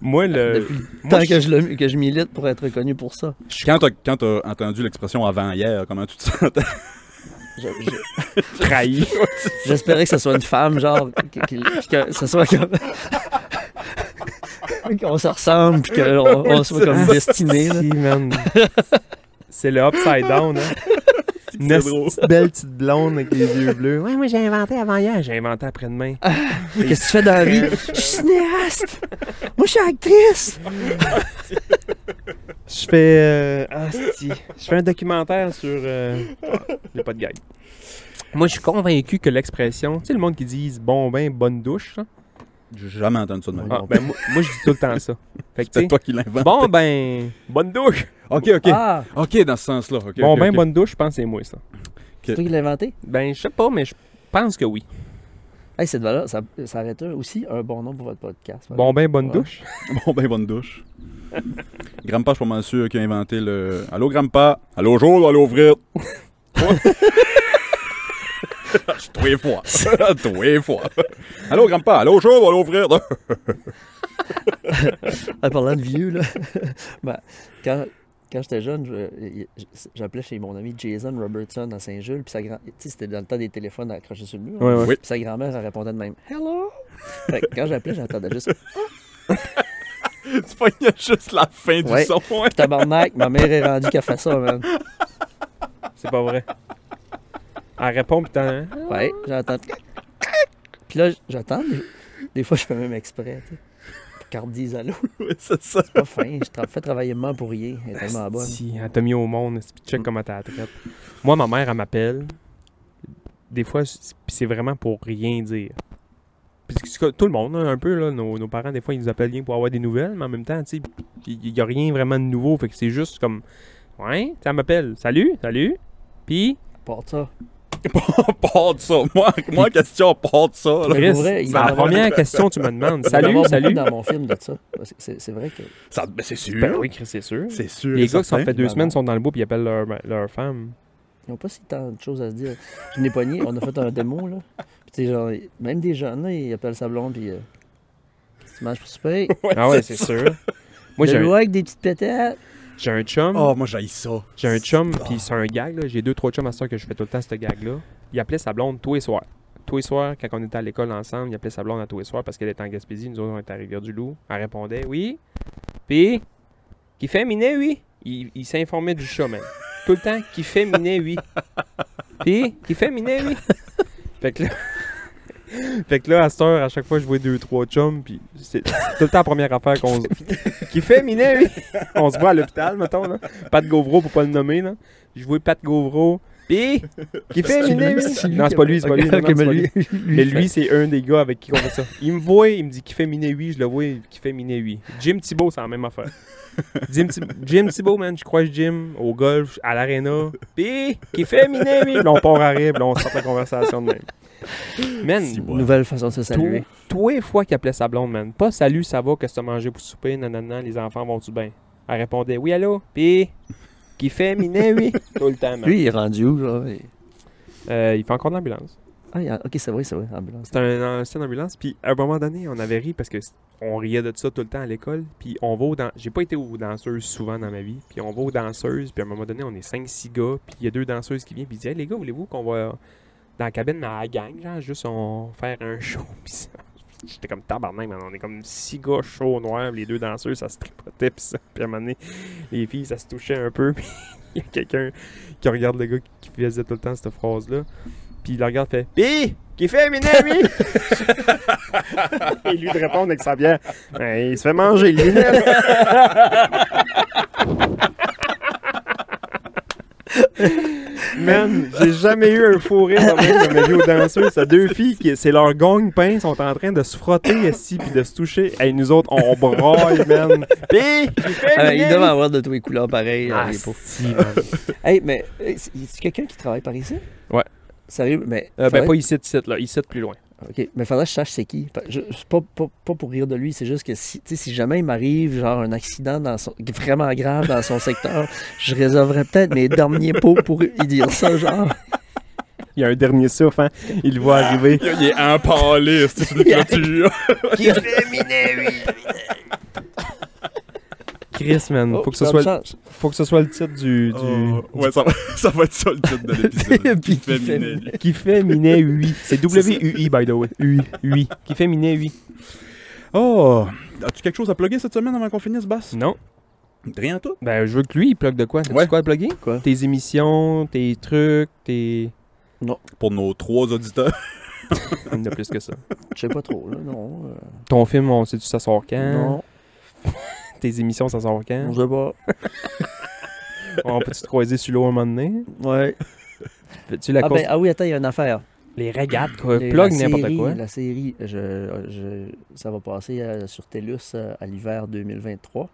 Moi, le.
Depuis
moi,
Tant
je-
que je, le- que je milite pour être reconnu pour ça.
Quand t'as- quand t'as entendu l'expression avant hier, comment tu te sentais?
Je- je-
trahi.
J'espérais que ce soit une femme, genre, que, que- que ce soit comme. qu'on se ressemble, puis qu'on on soit comme destinés. là.
Si, man. C'est le upside down, hein. Une
drôle.
petite belle petite blonde avec les yeux bleus. Ouais, moi j'ai inventé avant hier, j'ai inventé après-demain.
Qu'est-ce que tu fais dans la vie? Je suis cinéaste! Moi, je suis actrice!
Je fais. euh, asti, je fais un documentaire sur. Euh... J'ai pas de gag. Moi, je suis convaincu que l'expression. Tu sais, le monde qui dit bon bain, bonne douche. là.
J'ai jamais entendu ça de ma vie.
Ah,
Ah, ben, moi, moi, je dis tout le temps ça. Fait que, tu
C'est
sais,
toi qui l'invente.
bon ben, bonne douche.
Ok, ok.
Ah!
Ok, dans ce sens-là. ok,
bon
ok,
ben,
ok.
bonne douche, je pense que c'est moi ça.
C'est toi qui l'as inventé?
Ben, je sais pas, mais je pense que oui.
Hey, cette valeur, ça, ça arrêterait aussi un bon nom pour votre podcast. voilà.
Bon ben, bonne
Ouais.
douche.
Bon, ben, bonne douche. Grandpa, je suis pas mal sûr qu'il a inventé le. Allô, Grandpa. Allô, Joe, allô, frère. Tous les fois. Tous les fois. Allô, Grandpa. Allô, Joe, allô, frère.
En parlant de vieux, là, ben, quand, quand j'étais jeune, je- je- j'appelais chez mon ami Jason Robertson à Saint-Jules, puis sa grand... tu sais, c'était dans le temps des téléphones accrochés sur le mur. hein.
Ouais, ouais.
Oui.
Puis sa grand-mère, elle répondait de même « Hello! » Fait que Quand j'appelais, j'entendais juste
tu pognes juste la fin
Ouais.
son. ouais.
« Tabarnak, ma mère est rendue qu'elle fait ça, man.
C'est pas vrai. Elle répond, pis t'en- »
Ouais, j'entends... Puis là, j'attends, mais des fois, je fais même exprès, tu sais. Pour qu'elle me dise « Allô!
Oui, c'est ça. »
C'est pas fin, je tra- fais travailler maman pour rien, elle est tellement bonne.
Ah, Si, elle t'a mis au monde, esti, puis check comment t'as la traite. Moi, ma mère, elle m'appelle. Des fois, c'est- puis c'est vraiment pour rien dire. Puis c'est- c'est- tout le monde, hein, un peu, là, nos, nos parents, des fois, ils nous appellent rien pour avoir des nouvelles, mais en même temps, tu sais, il n'y a rien vraiment de nouveau. Fait que c'est juste comme, ouais, ça m'appelle, salut, salut. Puis,
Pour ça.
Pas de ça. Moi, moi question, pas de ça. là.
Mais
Chris,
pour vrai, il
c'est
va en
la
avoir-
première question que tu me demandes.
Il va y
Salut,
avoir beaucoup
salut.
dans mon film de ça. C'est- C'est c'est vrai que...
Ça- ben, c'est sûr.
Ben oui, Chris, c'est sûr.
C'est sûr.
Les
et
gars qui sont
certain.
fait deux
Ben
semaines
non.
sont dans le bois puis ils appellent leur, leur femme.
Ils n'ont pas si tant de choses à se dire. Je n'ai pogné, on a fait un démo, là. Puis, tu sais, genre, même des jeunes, là, ils appellent Sablon, puis. Euh, Qu'est-ce que tu manges pour souper?
ah ouais, c'est sûr.
le
Moi, j'ai un,
loup avec des petites pétates.
j'ai un chum.
Oh, moi, j'haïs ça. Ah.
J'ai un chum, puis c'est un gag, là. J'ai deux, trois chums à ça que je fais tout le temps, ce gag-là. Il appelait sa blonde tous les soirs. Tous les soirs, quand on était à l'école ensemble, il appelait sa blonde à tous les soirs parce qu'elle était en Gaspésie. Nous autres, on était à Rivière-du-Loup. Elle répondait, oui. Puis, qui fait minet, oui. Il, il s'informait du chat, man. Tout le temps, qui fait minet, oui. Puis, qui fait minet, oui. Fait que là. Fait que là, à cette heure, à chaque fois, je vois deux, trois chums, puis c'est c'est tout le temps la première affaire qu'on se... Qui fait minet, oui. On se voit à l'hôpital, mettons, là. Pat Gauvreau, pour pas le nommer, là. Je vois Pat Gauvreau. Puis, qui fait minet, oui. Non, c'est pas lui, c'est pas lui. non, non, c'est pas lui. Mais lui, c'est un des gars avec qui on fait ça. Il me voit, il me dit qui fait miné 8, je le vois, qui fait miné 8. Jim Thibault, c'est la même affaire. Jim, Thib- Jim Thibault, man, je croise Jim au golf, à l'arena. Pis, qui fait miné 8. Là, on part à rire, puis là, on sort la conversation de même. Man,
Si, moi.
Nouvelle façon de se saluer.
toi, les fois qu'il appelait sa blonde, man. Pas salut, ça va, qu'est-ce que t'as mangé pour souper, nanana, les enfants vont-tu bien? Elle répondait oui, allô, pis, qui fait miné 8. Tout le temps, man.
Lui, il est rendu où, genre? il-
Euh, il fait encore de l'ambulance.
Ah, il a- ok, c'est vrai, c'est vrai, ambulance.
C'était un, un scène ambulance. Puis à un moment donné, on avait ri parce que c- on riait de ça tout le temps à l'école. Puis on va aux danseuses. J'ai pas été aux danseuses souvent dans ma vie. Puis on va aux danseuses. Puis à un moment donné, on est 5-6 gars. Puis il y a deux danseuses qui viennent. Puis ils disent Hey les gars, voulez-vous qu'on va dans la cabine à la gang Genre, juste on faire un show. Puis ça. J'étais comme tabarnak, man. On est comme 6 gars chauds noirs. Les deux danseuses, ça se tripotait. Puis ça. Puis à un moment donné, les filles, ça se touchait un peu. Puis il y a quelqu'un qui regarde le gars qui faisait tout le temps cette phrase-là. Puis il le regarde, fait Pis, qui fait mes amis Et lui de répondre avec sa bière Ouais, Il se fait manger, lui. Man, j'ai jamais eu un fou rire de même dans ma vie aux danseuses. C'est deux filles qui, c'est leur gagne-pain, sont en train de se frotter ici puis de se toucher. Et nous autres, on braille, man. Pis, qui fait
Ah,
mes
il
amis?
doit avoir de tous les couleurs pareil.
Euh, Ah,
les pauvres.
si, man.
Hey, mais euh, c'est- y a quelqu'un qui travaille par ici?
Ouais.
Sérieux, mais.
Euh, ben,
faudrait-
pas ici, ici, là. Ici, plus loin.
OK, mais faudrait que je sache c'est qui. Fa- je- C'est pas, pas, pas pour rire de lui, c'est juste que si, tu sais, si jamais il m'arrive genre un accident dans son, vraiment grave dans son secteur, je réserverais peut-être mes derniers pots pour lui dire ça, genre.
Il y a un dernier souffle, hein. Il le voit arriver.
Il, il est empalé, c'est sur le clôture.
Chris, man. Faut,
Oh,
que ce
ça
soit,
me change.
faut que ce soit le titre du. du-
Oh, ouais, ça va, ça va être ça le titre de l'épisode.
Puis qui
Qui fait
fait
miner.
miner.
Qui fait Minet UI. C'est W-U-I, by the way. UI. UI. Qui fait Minet UI.
Oh, as-tu quelque chose à plugger cette semaine avant qu'on finisse, Bass?
Non.
Rien à tout.
Ben, je veux que lui, il plug de quoi T'as-tu
Ouais.
quoi à plugger
Quoi?
Tes émissions, tes trucs, tes.
Pour nos trois auditeurs.
Il y en a plus que ça.
Je sais pas trop, là, non. euh,
Ton film, on sait-tu ça sort quand
Non,
Tes émissions, ça sort
on
quand
sait pas.
On peut-tu te croiser sur l'eau un moment donné
Ouais.
Fais-tu la
Ah,
course-
ben, ah oui, attends, il y a une affaire.
Les régates, quoi.
Les-
Plug
la
n'importe
série-
quoi.
La série, je, je- ça va passer euh, sur TELUS euh, à l'hiver 2023.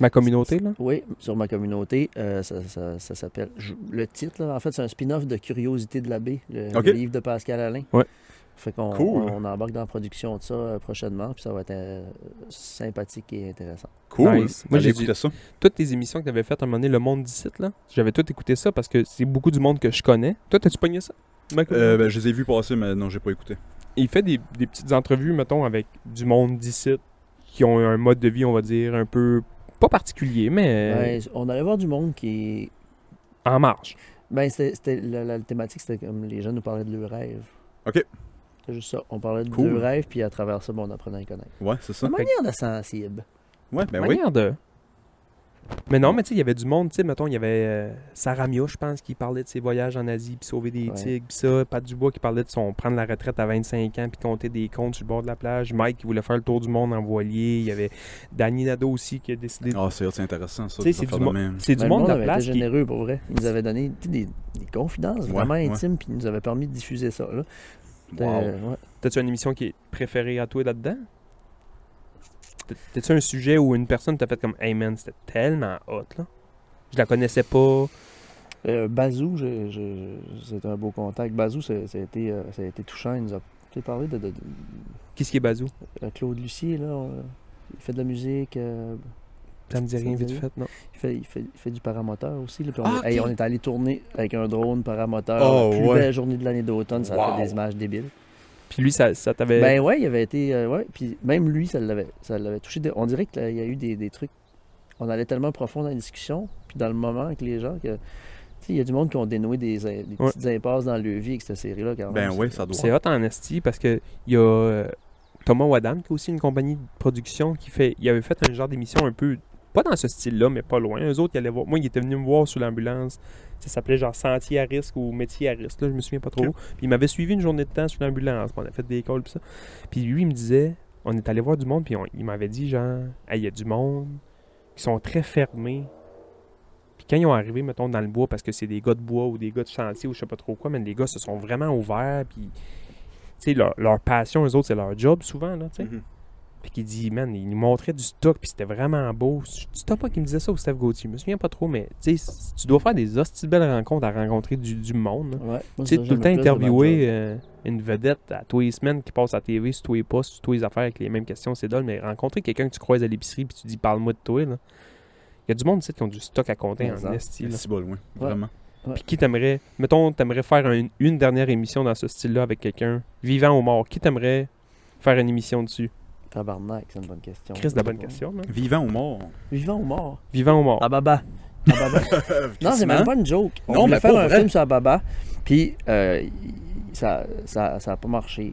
Ma communauté, là.
Oui, sur ma communauté, euh, ça, ça- ça s'appelle. je- Le titre, là, en fait, c'est un spin-off de Curiosité de l'abbé, le, le
Ok.
livre de Pascal Alain.
Ouais.
Fait qu'on
Cool.
on, on embarque dans la production de ça euh, prochainement, puis ça va être euh, sympathique et intéressant.
Cool.
Nice. Moi,
Allez,
j'ai
écoutez
dû-
ça.
Toutes tes émissions que tu avais faites à un moment donné, Le Monde d'ici, là, j'avais tout écouté ça parce que c'est beaucoup du monde que je connais. Toi, t'as-tu pogné ça? Michael?
Euh, ben, je les ai vus passer, mais non, j'ai pas écouté.
il fait des, des petites entrevues, mettons, avec du monde d'ici qui ont un mode de vie, on va dire, un peu pas particulier, mais
Ouais, Ben, on allait voir du monde qui.
en marge.
Ben, c'était, c'était- la, la thématique, c'était comme les gens nous parlaient de leurs rêves.
OK.
C'est juste ça. On parlait de
Cool.
leurs rêves, puis à travers ça, bon, on apprenait à les connaître.
Ouais, c'est ça.
La manière de sensible.
Ouais, ben oui.
Manière de- Mais non, mais tu sais, il y avait du monde, tu sais, mettons, il y avait euh, Sarah Mia, je pense, qui parlait de ses voyages en Asie, puis sauver des
Ouais.
tigres, puis ça. Pat Dubois qui parlait de son prendre la retraite à 25 ans, puis compter des comptes sur le bord de la plage. Mike qui voulait faire le tour du monde en voilier. Il y avait Danny Nadeau aussi qui a décidé. de-
Ah, c'est c'est intéressant ça.
Tu sais,
des
c'est
affaires de
du mo-
même.
C'est du
Ben,
monde de
avait été
la place qui-
généreux, pour vrai. Ils nous avaient donné tu sais, des, des confidences
Ouais,
vraiment
ouais.
intimes, puis ils nous avaient permis de diffuser ça. Là. C'était- euh,
Wow.
ouais.
T'as-tu une émission qui est préférée à toi là-dedans? T'as- T'as-tu un sujet où une personne t'a fait comme Hey man, c'était tellement hot là? Je la connaissais pas.
Euh, Bazou, je- je- je- c'est un beau contact. Bazou, ça, ça a été, euh, ça a été touchant. Il nous a tu sais, parlé de, de- de-
Qu'est-ce qui est Bazou?
euh, Claude Lucier. Là, on- il fait de la musique. euh,
Ça me dit
Ça
rien
me dit
vite
rien.
fait, non?
il, fait, il, fait, il fait du paramoteur aussi. là, puis on,
Ah,
hey,
ok.
on est allé tourner avec un drone paramoteur.
Oh,
la plus
ouais.
belle journée de l'année d'automne. Ça a
Wow.
fait des images débiles.
Puis lui, ça, ça t'avait.
Ben ouais, il avait été. euh, ouais, puis même lui, ça l'avait, ça l'avait touché. de- On dirait qu'il y a eu des, des trucs. On allait tellement profond dans la discussion, puis dans le moment avec les gens que. tu sais, Il y a du monde qui ont dénoué des, in- des
Ouais.
petites impasses dans leur vie avec cette série-là. quand
Ben
même.
oui, ça doit.
c'est hot en esti parce que il y a euh, Thomas Wadham qui est aussi une compagnie de production qui fait. Il avait fait un genre d'émission un peu. Pas dans ce style-là, mais pas loin. Eux autres, ils allaient voir. Moi, ils étaient venus me voir sur l'ambulance. Ça s'appelait genre Sentier à risque ou Métier à risque, là, je me souviens pas trop.
Ok.
Puis il m'avait suivi une journée de temps sur l'ambulance. puis On a fait des calls, pis ça. Puis lui, il me disait, on est allé voir du monde, puis on- il m'avait dit, genre, Hey, il y a du monde qui sont très fermés. Puis quand ils ont arrivé, mettons, dans le bois, parce que c'est des gars de bois ou des gars de chantier ou je sais pas trop quoi, mais les gars se sont vraiment ouverts, puis, tu sais, leur, leur passion, eux autres, c'est leur job souvent, là, tu sais.
Mhm.
Puis qui dit, man, il nous montrait du stock, puis c'était vraiment beau. Tu t'as pas qui me disait ça au Steph Gauthier, je me souviens pas trop, mais tu sais, c- tu dois faire des hosties de belles rencontres à rencontrer du, du monde. là.
Ouais, moi,
Tu sais,
ça,
tout le
j'aime
temps
plus de
interviewer euh, une vedette à tous les semaines qui passe à la TV sur tous les postes, sur tous les affaires avec les mêmes questions, c'est dole, mais rencontrer quelqu'un que tu croises à l'épicerie puis tu dis parle-moi de toi, là. Il y a du monde, tu sais, qui ont du stock à compter
Mais
en
ça.
esti, là.
C'est bon, oui. Vraiment.
Puis qui t'aimerait, mettons, t'aimerais faire un- une dernière émission dans ce style-là avec quelqu'un, vivant ou mort, qui t'aimerait faire une émission dessus?
Tabarnak, c'est une bonne question.
Chris, de la bonne question, là.
Vivant ou mort
Vivant ou mort
Vivant ou mort?
Ababa. Ababa. non,
Hein?
c'est
Hein?
même pas une joke. On
Non,
voulait
mais
faire
pour
un
vrai.
film sur Ababa, puis euh, il- ça, ça, ça a pas marché.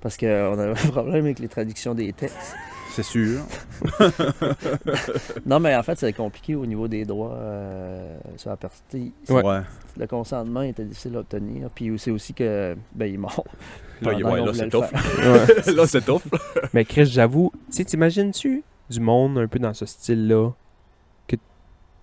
Parce qu'on avait un problème avec les traductions des textes.
C'est sûr.
Non, mais en fait, c'est compliqué au niveau des droits euh, sur la personne.
Ouais.
Le consentement était difficile à obtenir. Puis c'est aussi que, ben, il est mort.
Là, il-
Pendant
ouais,
qu'on
là,
voulait
c'est
le
tough.
faire.
là, c'est tough.
Mais Chris, j'avoue, tu sais, t'imagines-tu du monde un peu dans ce style-là que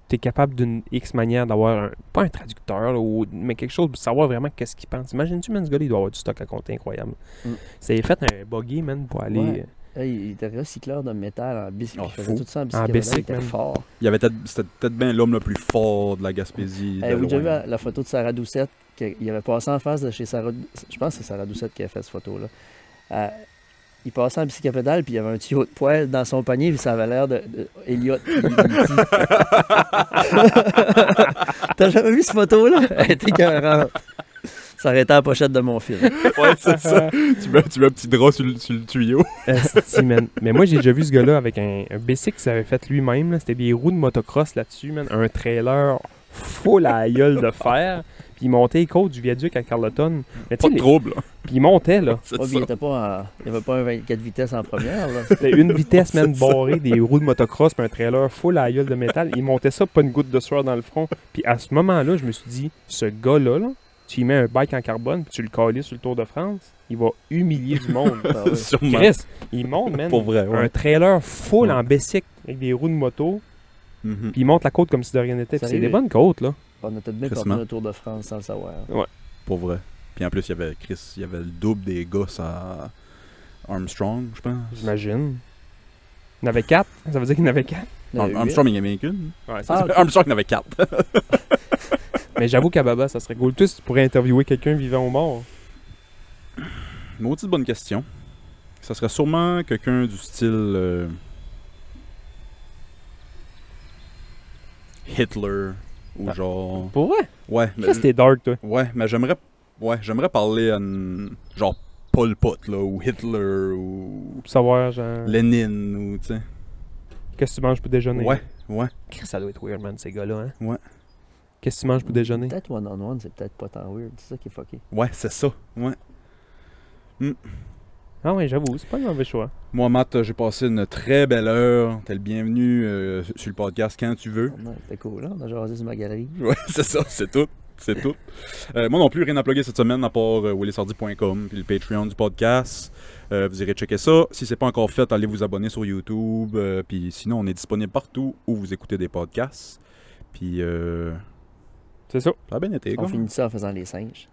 t'es capable d'une X manière d'avoir un, pas un traducteur, là, ou, mais quelque chose pour savoir vraiment qu'est-ce qu'il pense. Imagines-tu, man, ce gars-là, il doit avoir du stock à compter incroyable.
Mm.
C'est fait un buggy, man, pour aller.
Ouais. Hey, il était recycleur de métal en bicycle.
Oh,
il faisait
fou.
tout ça en
En
bicycle.
bicycle,
il était
man.
fort.
Il y avait peut-être- c'était peut-être bien l'homme le plus fort de la Gaspésie. de
Eh,
Avez-vous Eh, déjà
loin.
vu la, la photo de Sarah Doucette qu'il avait passé en face de chez Sarah Je pense que c'est Sarah Doucette qui a fait cette photo-là. Euh, il passait en bicycle à pédale, puis il y avait un tuyau de poêle dans son panier, puis ça avait l'air de, de Elliot. T'as jamais vu cette photo-là? Elle était écœurante. Ça aurait été en pochette de mon film.
Ouais, c'est
euh,
ça. tu, mets, tu mets un petit drap sur le, sur le tuyau.
Esti, man. Mais moi, j'ai déjà vu ce gars-là avec un, un bicycle qu'il avait fait lui-même. là. C'était des roues de motocross là-dessus, man. Un trailer full à la gueule de fer. Puis il montait les côtes du viaduc à Carleton. Mais tu
Pas
sais,
de
les-
trouble. là.
puis il montait, là.
C'est
Ouais, Oh, puis
ça.
il était pas en- il n'y avait pas un 24 vitesses en première. Là.
C'était une vitesse, même barrée, des roues de motocross, puis un trailer full à la gueule de métal. Il montait ça, pas une goutte de sueur dans le front. Puis à ce moment-là, je me suis dit, ce gars-là, là, tu y mets un bike en carbone, puis tu le colles sur le Tour de France, il va humilier du monde.
Ah ouais.
Sûrement.
Chris, il monte, man,
Pour vrai,
un
ouais.
trailer full
Ouais.
en bicycle avec des roues de moto,
Mhm.
puis il monte la côte comme si de rien n'était. Puis c'est
Sérieux?
des bonnes côtes, là.
On a tout de même
Christement.
parti le Tour de France sans le savoir.
Pour vrai. Puis en plus, il y avait Chris, il y avait le double des gosses à Armstrong, je pense.
J'imagine. Il y en avait quatre. Ça veut dire qu'il y en avait quatre.
Il y en a
Arm-
eu
Armstrong, il y en avait qu'une.
Ouais,
Ah, ok.
Armstrong, il y en avait quatre.
Mais j'avoue qu'à Baba, ça serait cool. Tu sais, si tu pourrais interviewer quelqu'un vivant ou mort.
Maudite bonne question. Ça serait sûrement quelqu'un du style. euh, Hitler. Ou
Ah.
genre.
Pour vrai?
Ouais, mais.
Qu'est-ce que t'es dark, toi?
Ouais, mais j'aimerais. Ouais, j'aimerais parler à. une- Genre Pol Pot, là, ou Hitler, ou.
Pour savoir, genre,
Lénine, ou. tu sais.
qu'est-ce que tu manges pour déjeuner?
Ouais, ouais.
Chris, ça doit être weird, man, ces gars-là, hein?
Ouais.
Qu'est-ce que tu manges pour déjeuner?
Peut-être one-on-one, c'est peut-être pas tant weird. C'est ça qui est fucké.
Ouais, c'est ça. Ouais.
Ah ouais, j'avoue, c'est pas un mauvais choix.
Moi, Matt, j'ai passé une très belle heure. T'es le bienvenu euh, sur le podcast quand tu veux.
Ouais, C'était cool, là. On a jasé sur ma galerie.
Ouais, c'est ça, c'est tout. C'est tout. Euh, moi non plus, rien à plugger cette semaine à part euh, willishardy.com puis le Patreon du podcast. Euh, vous irez checker ça. Si c'est pas encore fait, allez vous abonner sur YouTube. euh, puis sinon, on est disponible partout où vous écoutez des podcasts. Puis euh,
C'est ça.
ça a bien été,
On
quoi.
finit ça en faisant les singes.